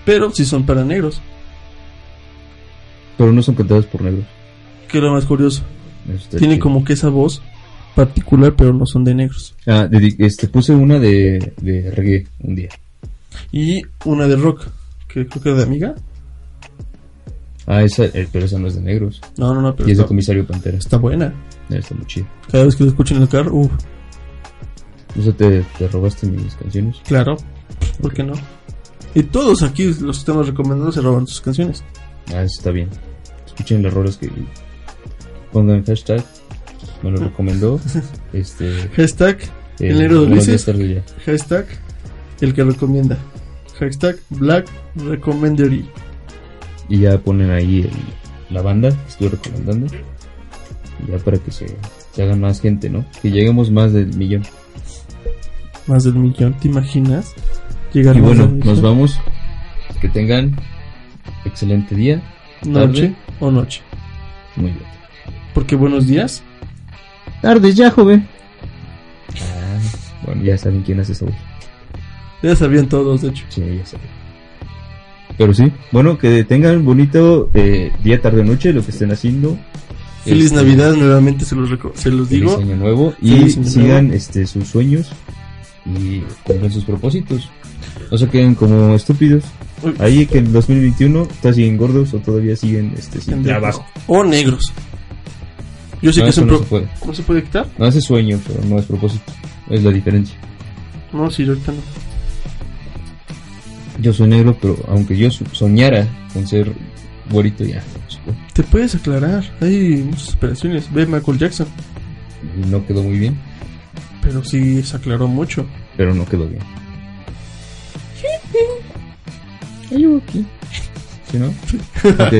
S2: Pero si son para negros,
S5: Pero no son cantadas por negros. Este,
S2: que es lo más curioso.
S5: Eso está
S2: Tienen
S5: chido.
S2: como que esa voz particular, pero no son de negros.
S5: Ah, de- este, puse una de, de reggae un día.
S2: Y una de rock, que creo que era de amiga.
S5: Ah, esa, eh, pero esa no es de negros.
S2: No, no, no, pero
S5: Y es de
S2: está,
S5: Comisario Pantera.
S2: está buena.
S5: Está muy chida.
S2: Cada vez que lo escucho en el carro, uff,
S5: O sea, te, te robaste mis canciones.
S2: Claro, ¿por qué no? Y todos aquí los que estamos recomendando se roban sus canciones.
S5: Ah, eso está bien. Escuchen las rolas que pongan hashtag. Me lo recomendó. Este.
S2: Hashtag
S5: eh,
S2: el negro de
S5: buenos
S2: Ulises,
S5: días, tarde, ya.
S2: hashtag el que recomienda, hashtag black recommendary.
S5: Y ya ponen ahí el- la banda que estoy recomendando. Y ya para que se, se hagan más gente, ¿no? Que lleguemos más del millón.
S2: Más del millón, ¿te imaginas? Llegar
S5: Y
S2: más
S5: bueno,
S2: del millón.
S5: nos vamos. Que tengan excelente día.
S2: Noche o noche.
S5: Muy bien.
S2: Porque buenos días.
S5: Tardes ya, joven. Ah, bueno, ya saben quién hace esa voz.
S2: Ya sabían todos, de hecho.
S5: Sí, ya sé. Pero sí, bueno, que tengan bonito eh, día, tarde, noche, lo que estén haciendo.
S2: Feliz
S5: Este,
S2: Navidad, nuevamente se los, reco- se
S5: Feliz
S2: los digo.
S5: año nuevo y
S2: Feliz año
S5: sigan este sus sueños y cumplan sus propósitos. No se queden como estúpidos. Ahí que en 2021 todavía siguen gordos o todavía siguen este, sin trabajo.
S2: O negros. Yo sé
S5: No,
S2: que es
S5: eso
S2: un
S5: no
S2: pro-
S5: se puede.
S2: ¿No se puede quitar?
S5: No, ese es sueño, pero no es propósito. Es la diferencia.
S2: No, sí, ahorita no.
S5: Yo soy negro, pero aunque yo so- soñara con ser güerito, ya. no se puede.
S2: Te puedes aclarar. Hay muchas operaciones. Ve Michael Jackson.
S5: Y No quedó muy bien,
S2: Pero sí se aclaró mucho.
S5: pero no quedó bien. ¿Sí, no? Ok.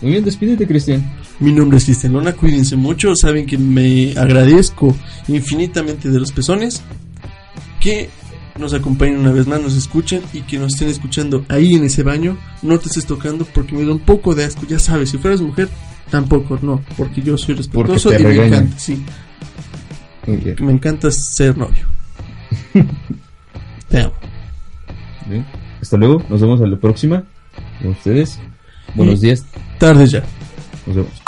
S5: Muy bien, despídete, Cristian.
S2: Mi nombre es Cristian Lona, cuídense mucho, saben que me agradezco infinitamente de los pezones, que nos acompañen una vez más, nos escuchen y que nos estén escuchando ahí en ese baño, no te estés tocando porque me da un poco de asco, ya sabes, si fueras mujer, tampoco, no, porque yo soy respetuoso
S5: te
S2: y me
S5: regañan.
S2: encanta, sí,
S5: Muy bien.
S2: me encanta ser novio. te amo.
S5: Bien. Hasta luego, nos vemos a la próxima. Con ustedes. Buenos días,
S2: Tarde ya.
S5: nos vemos.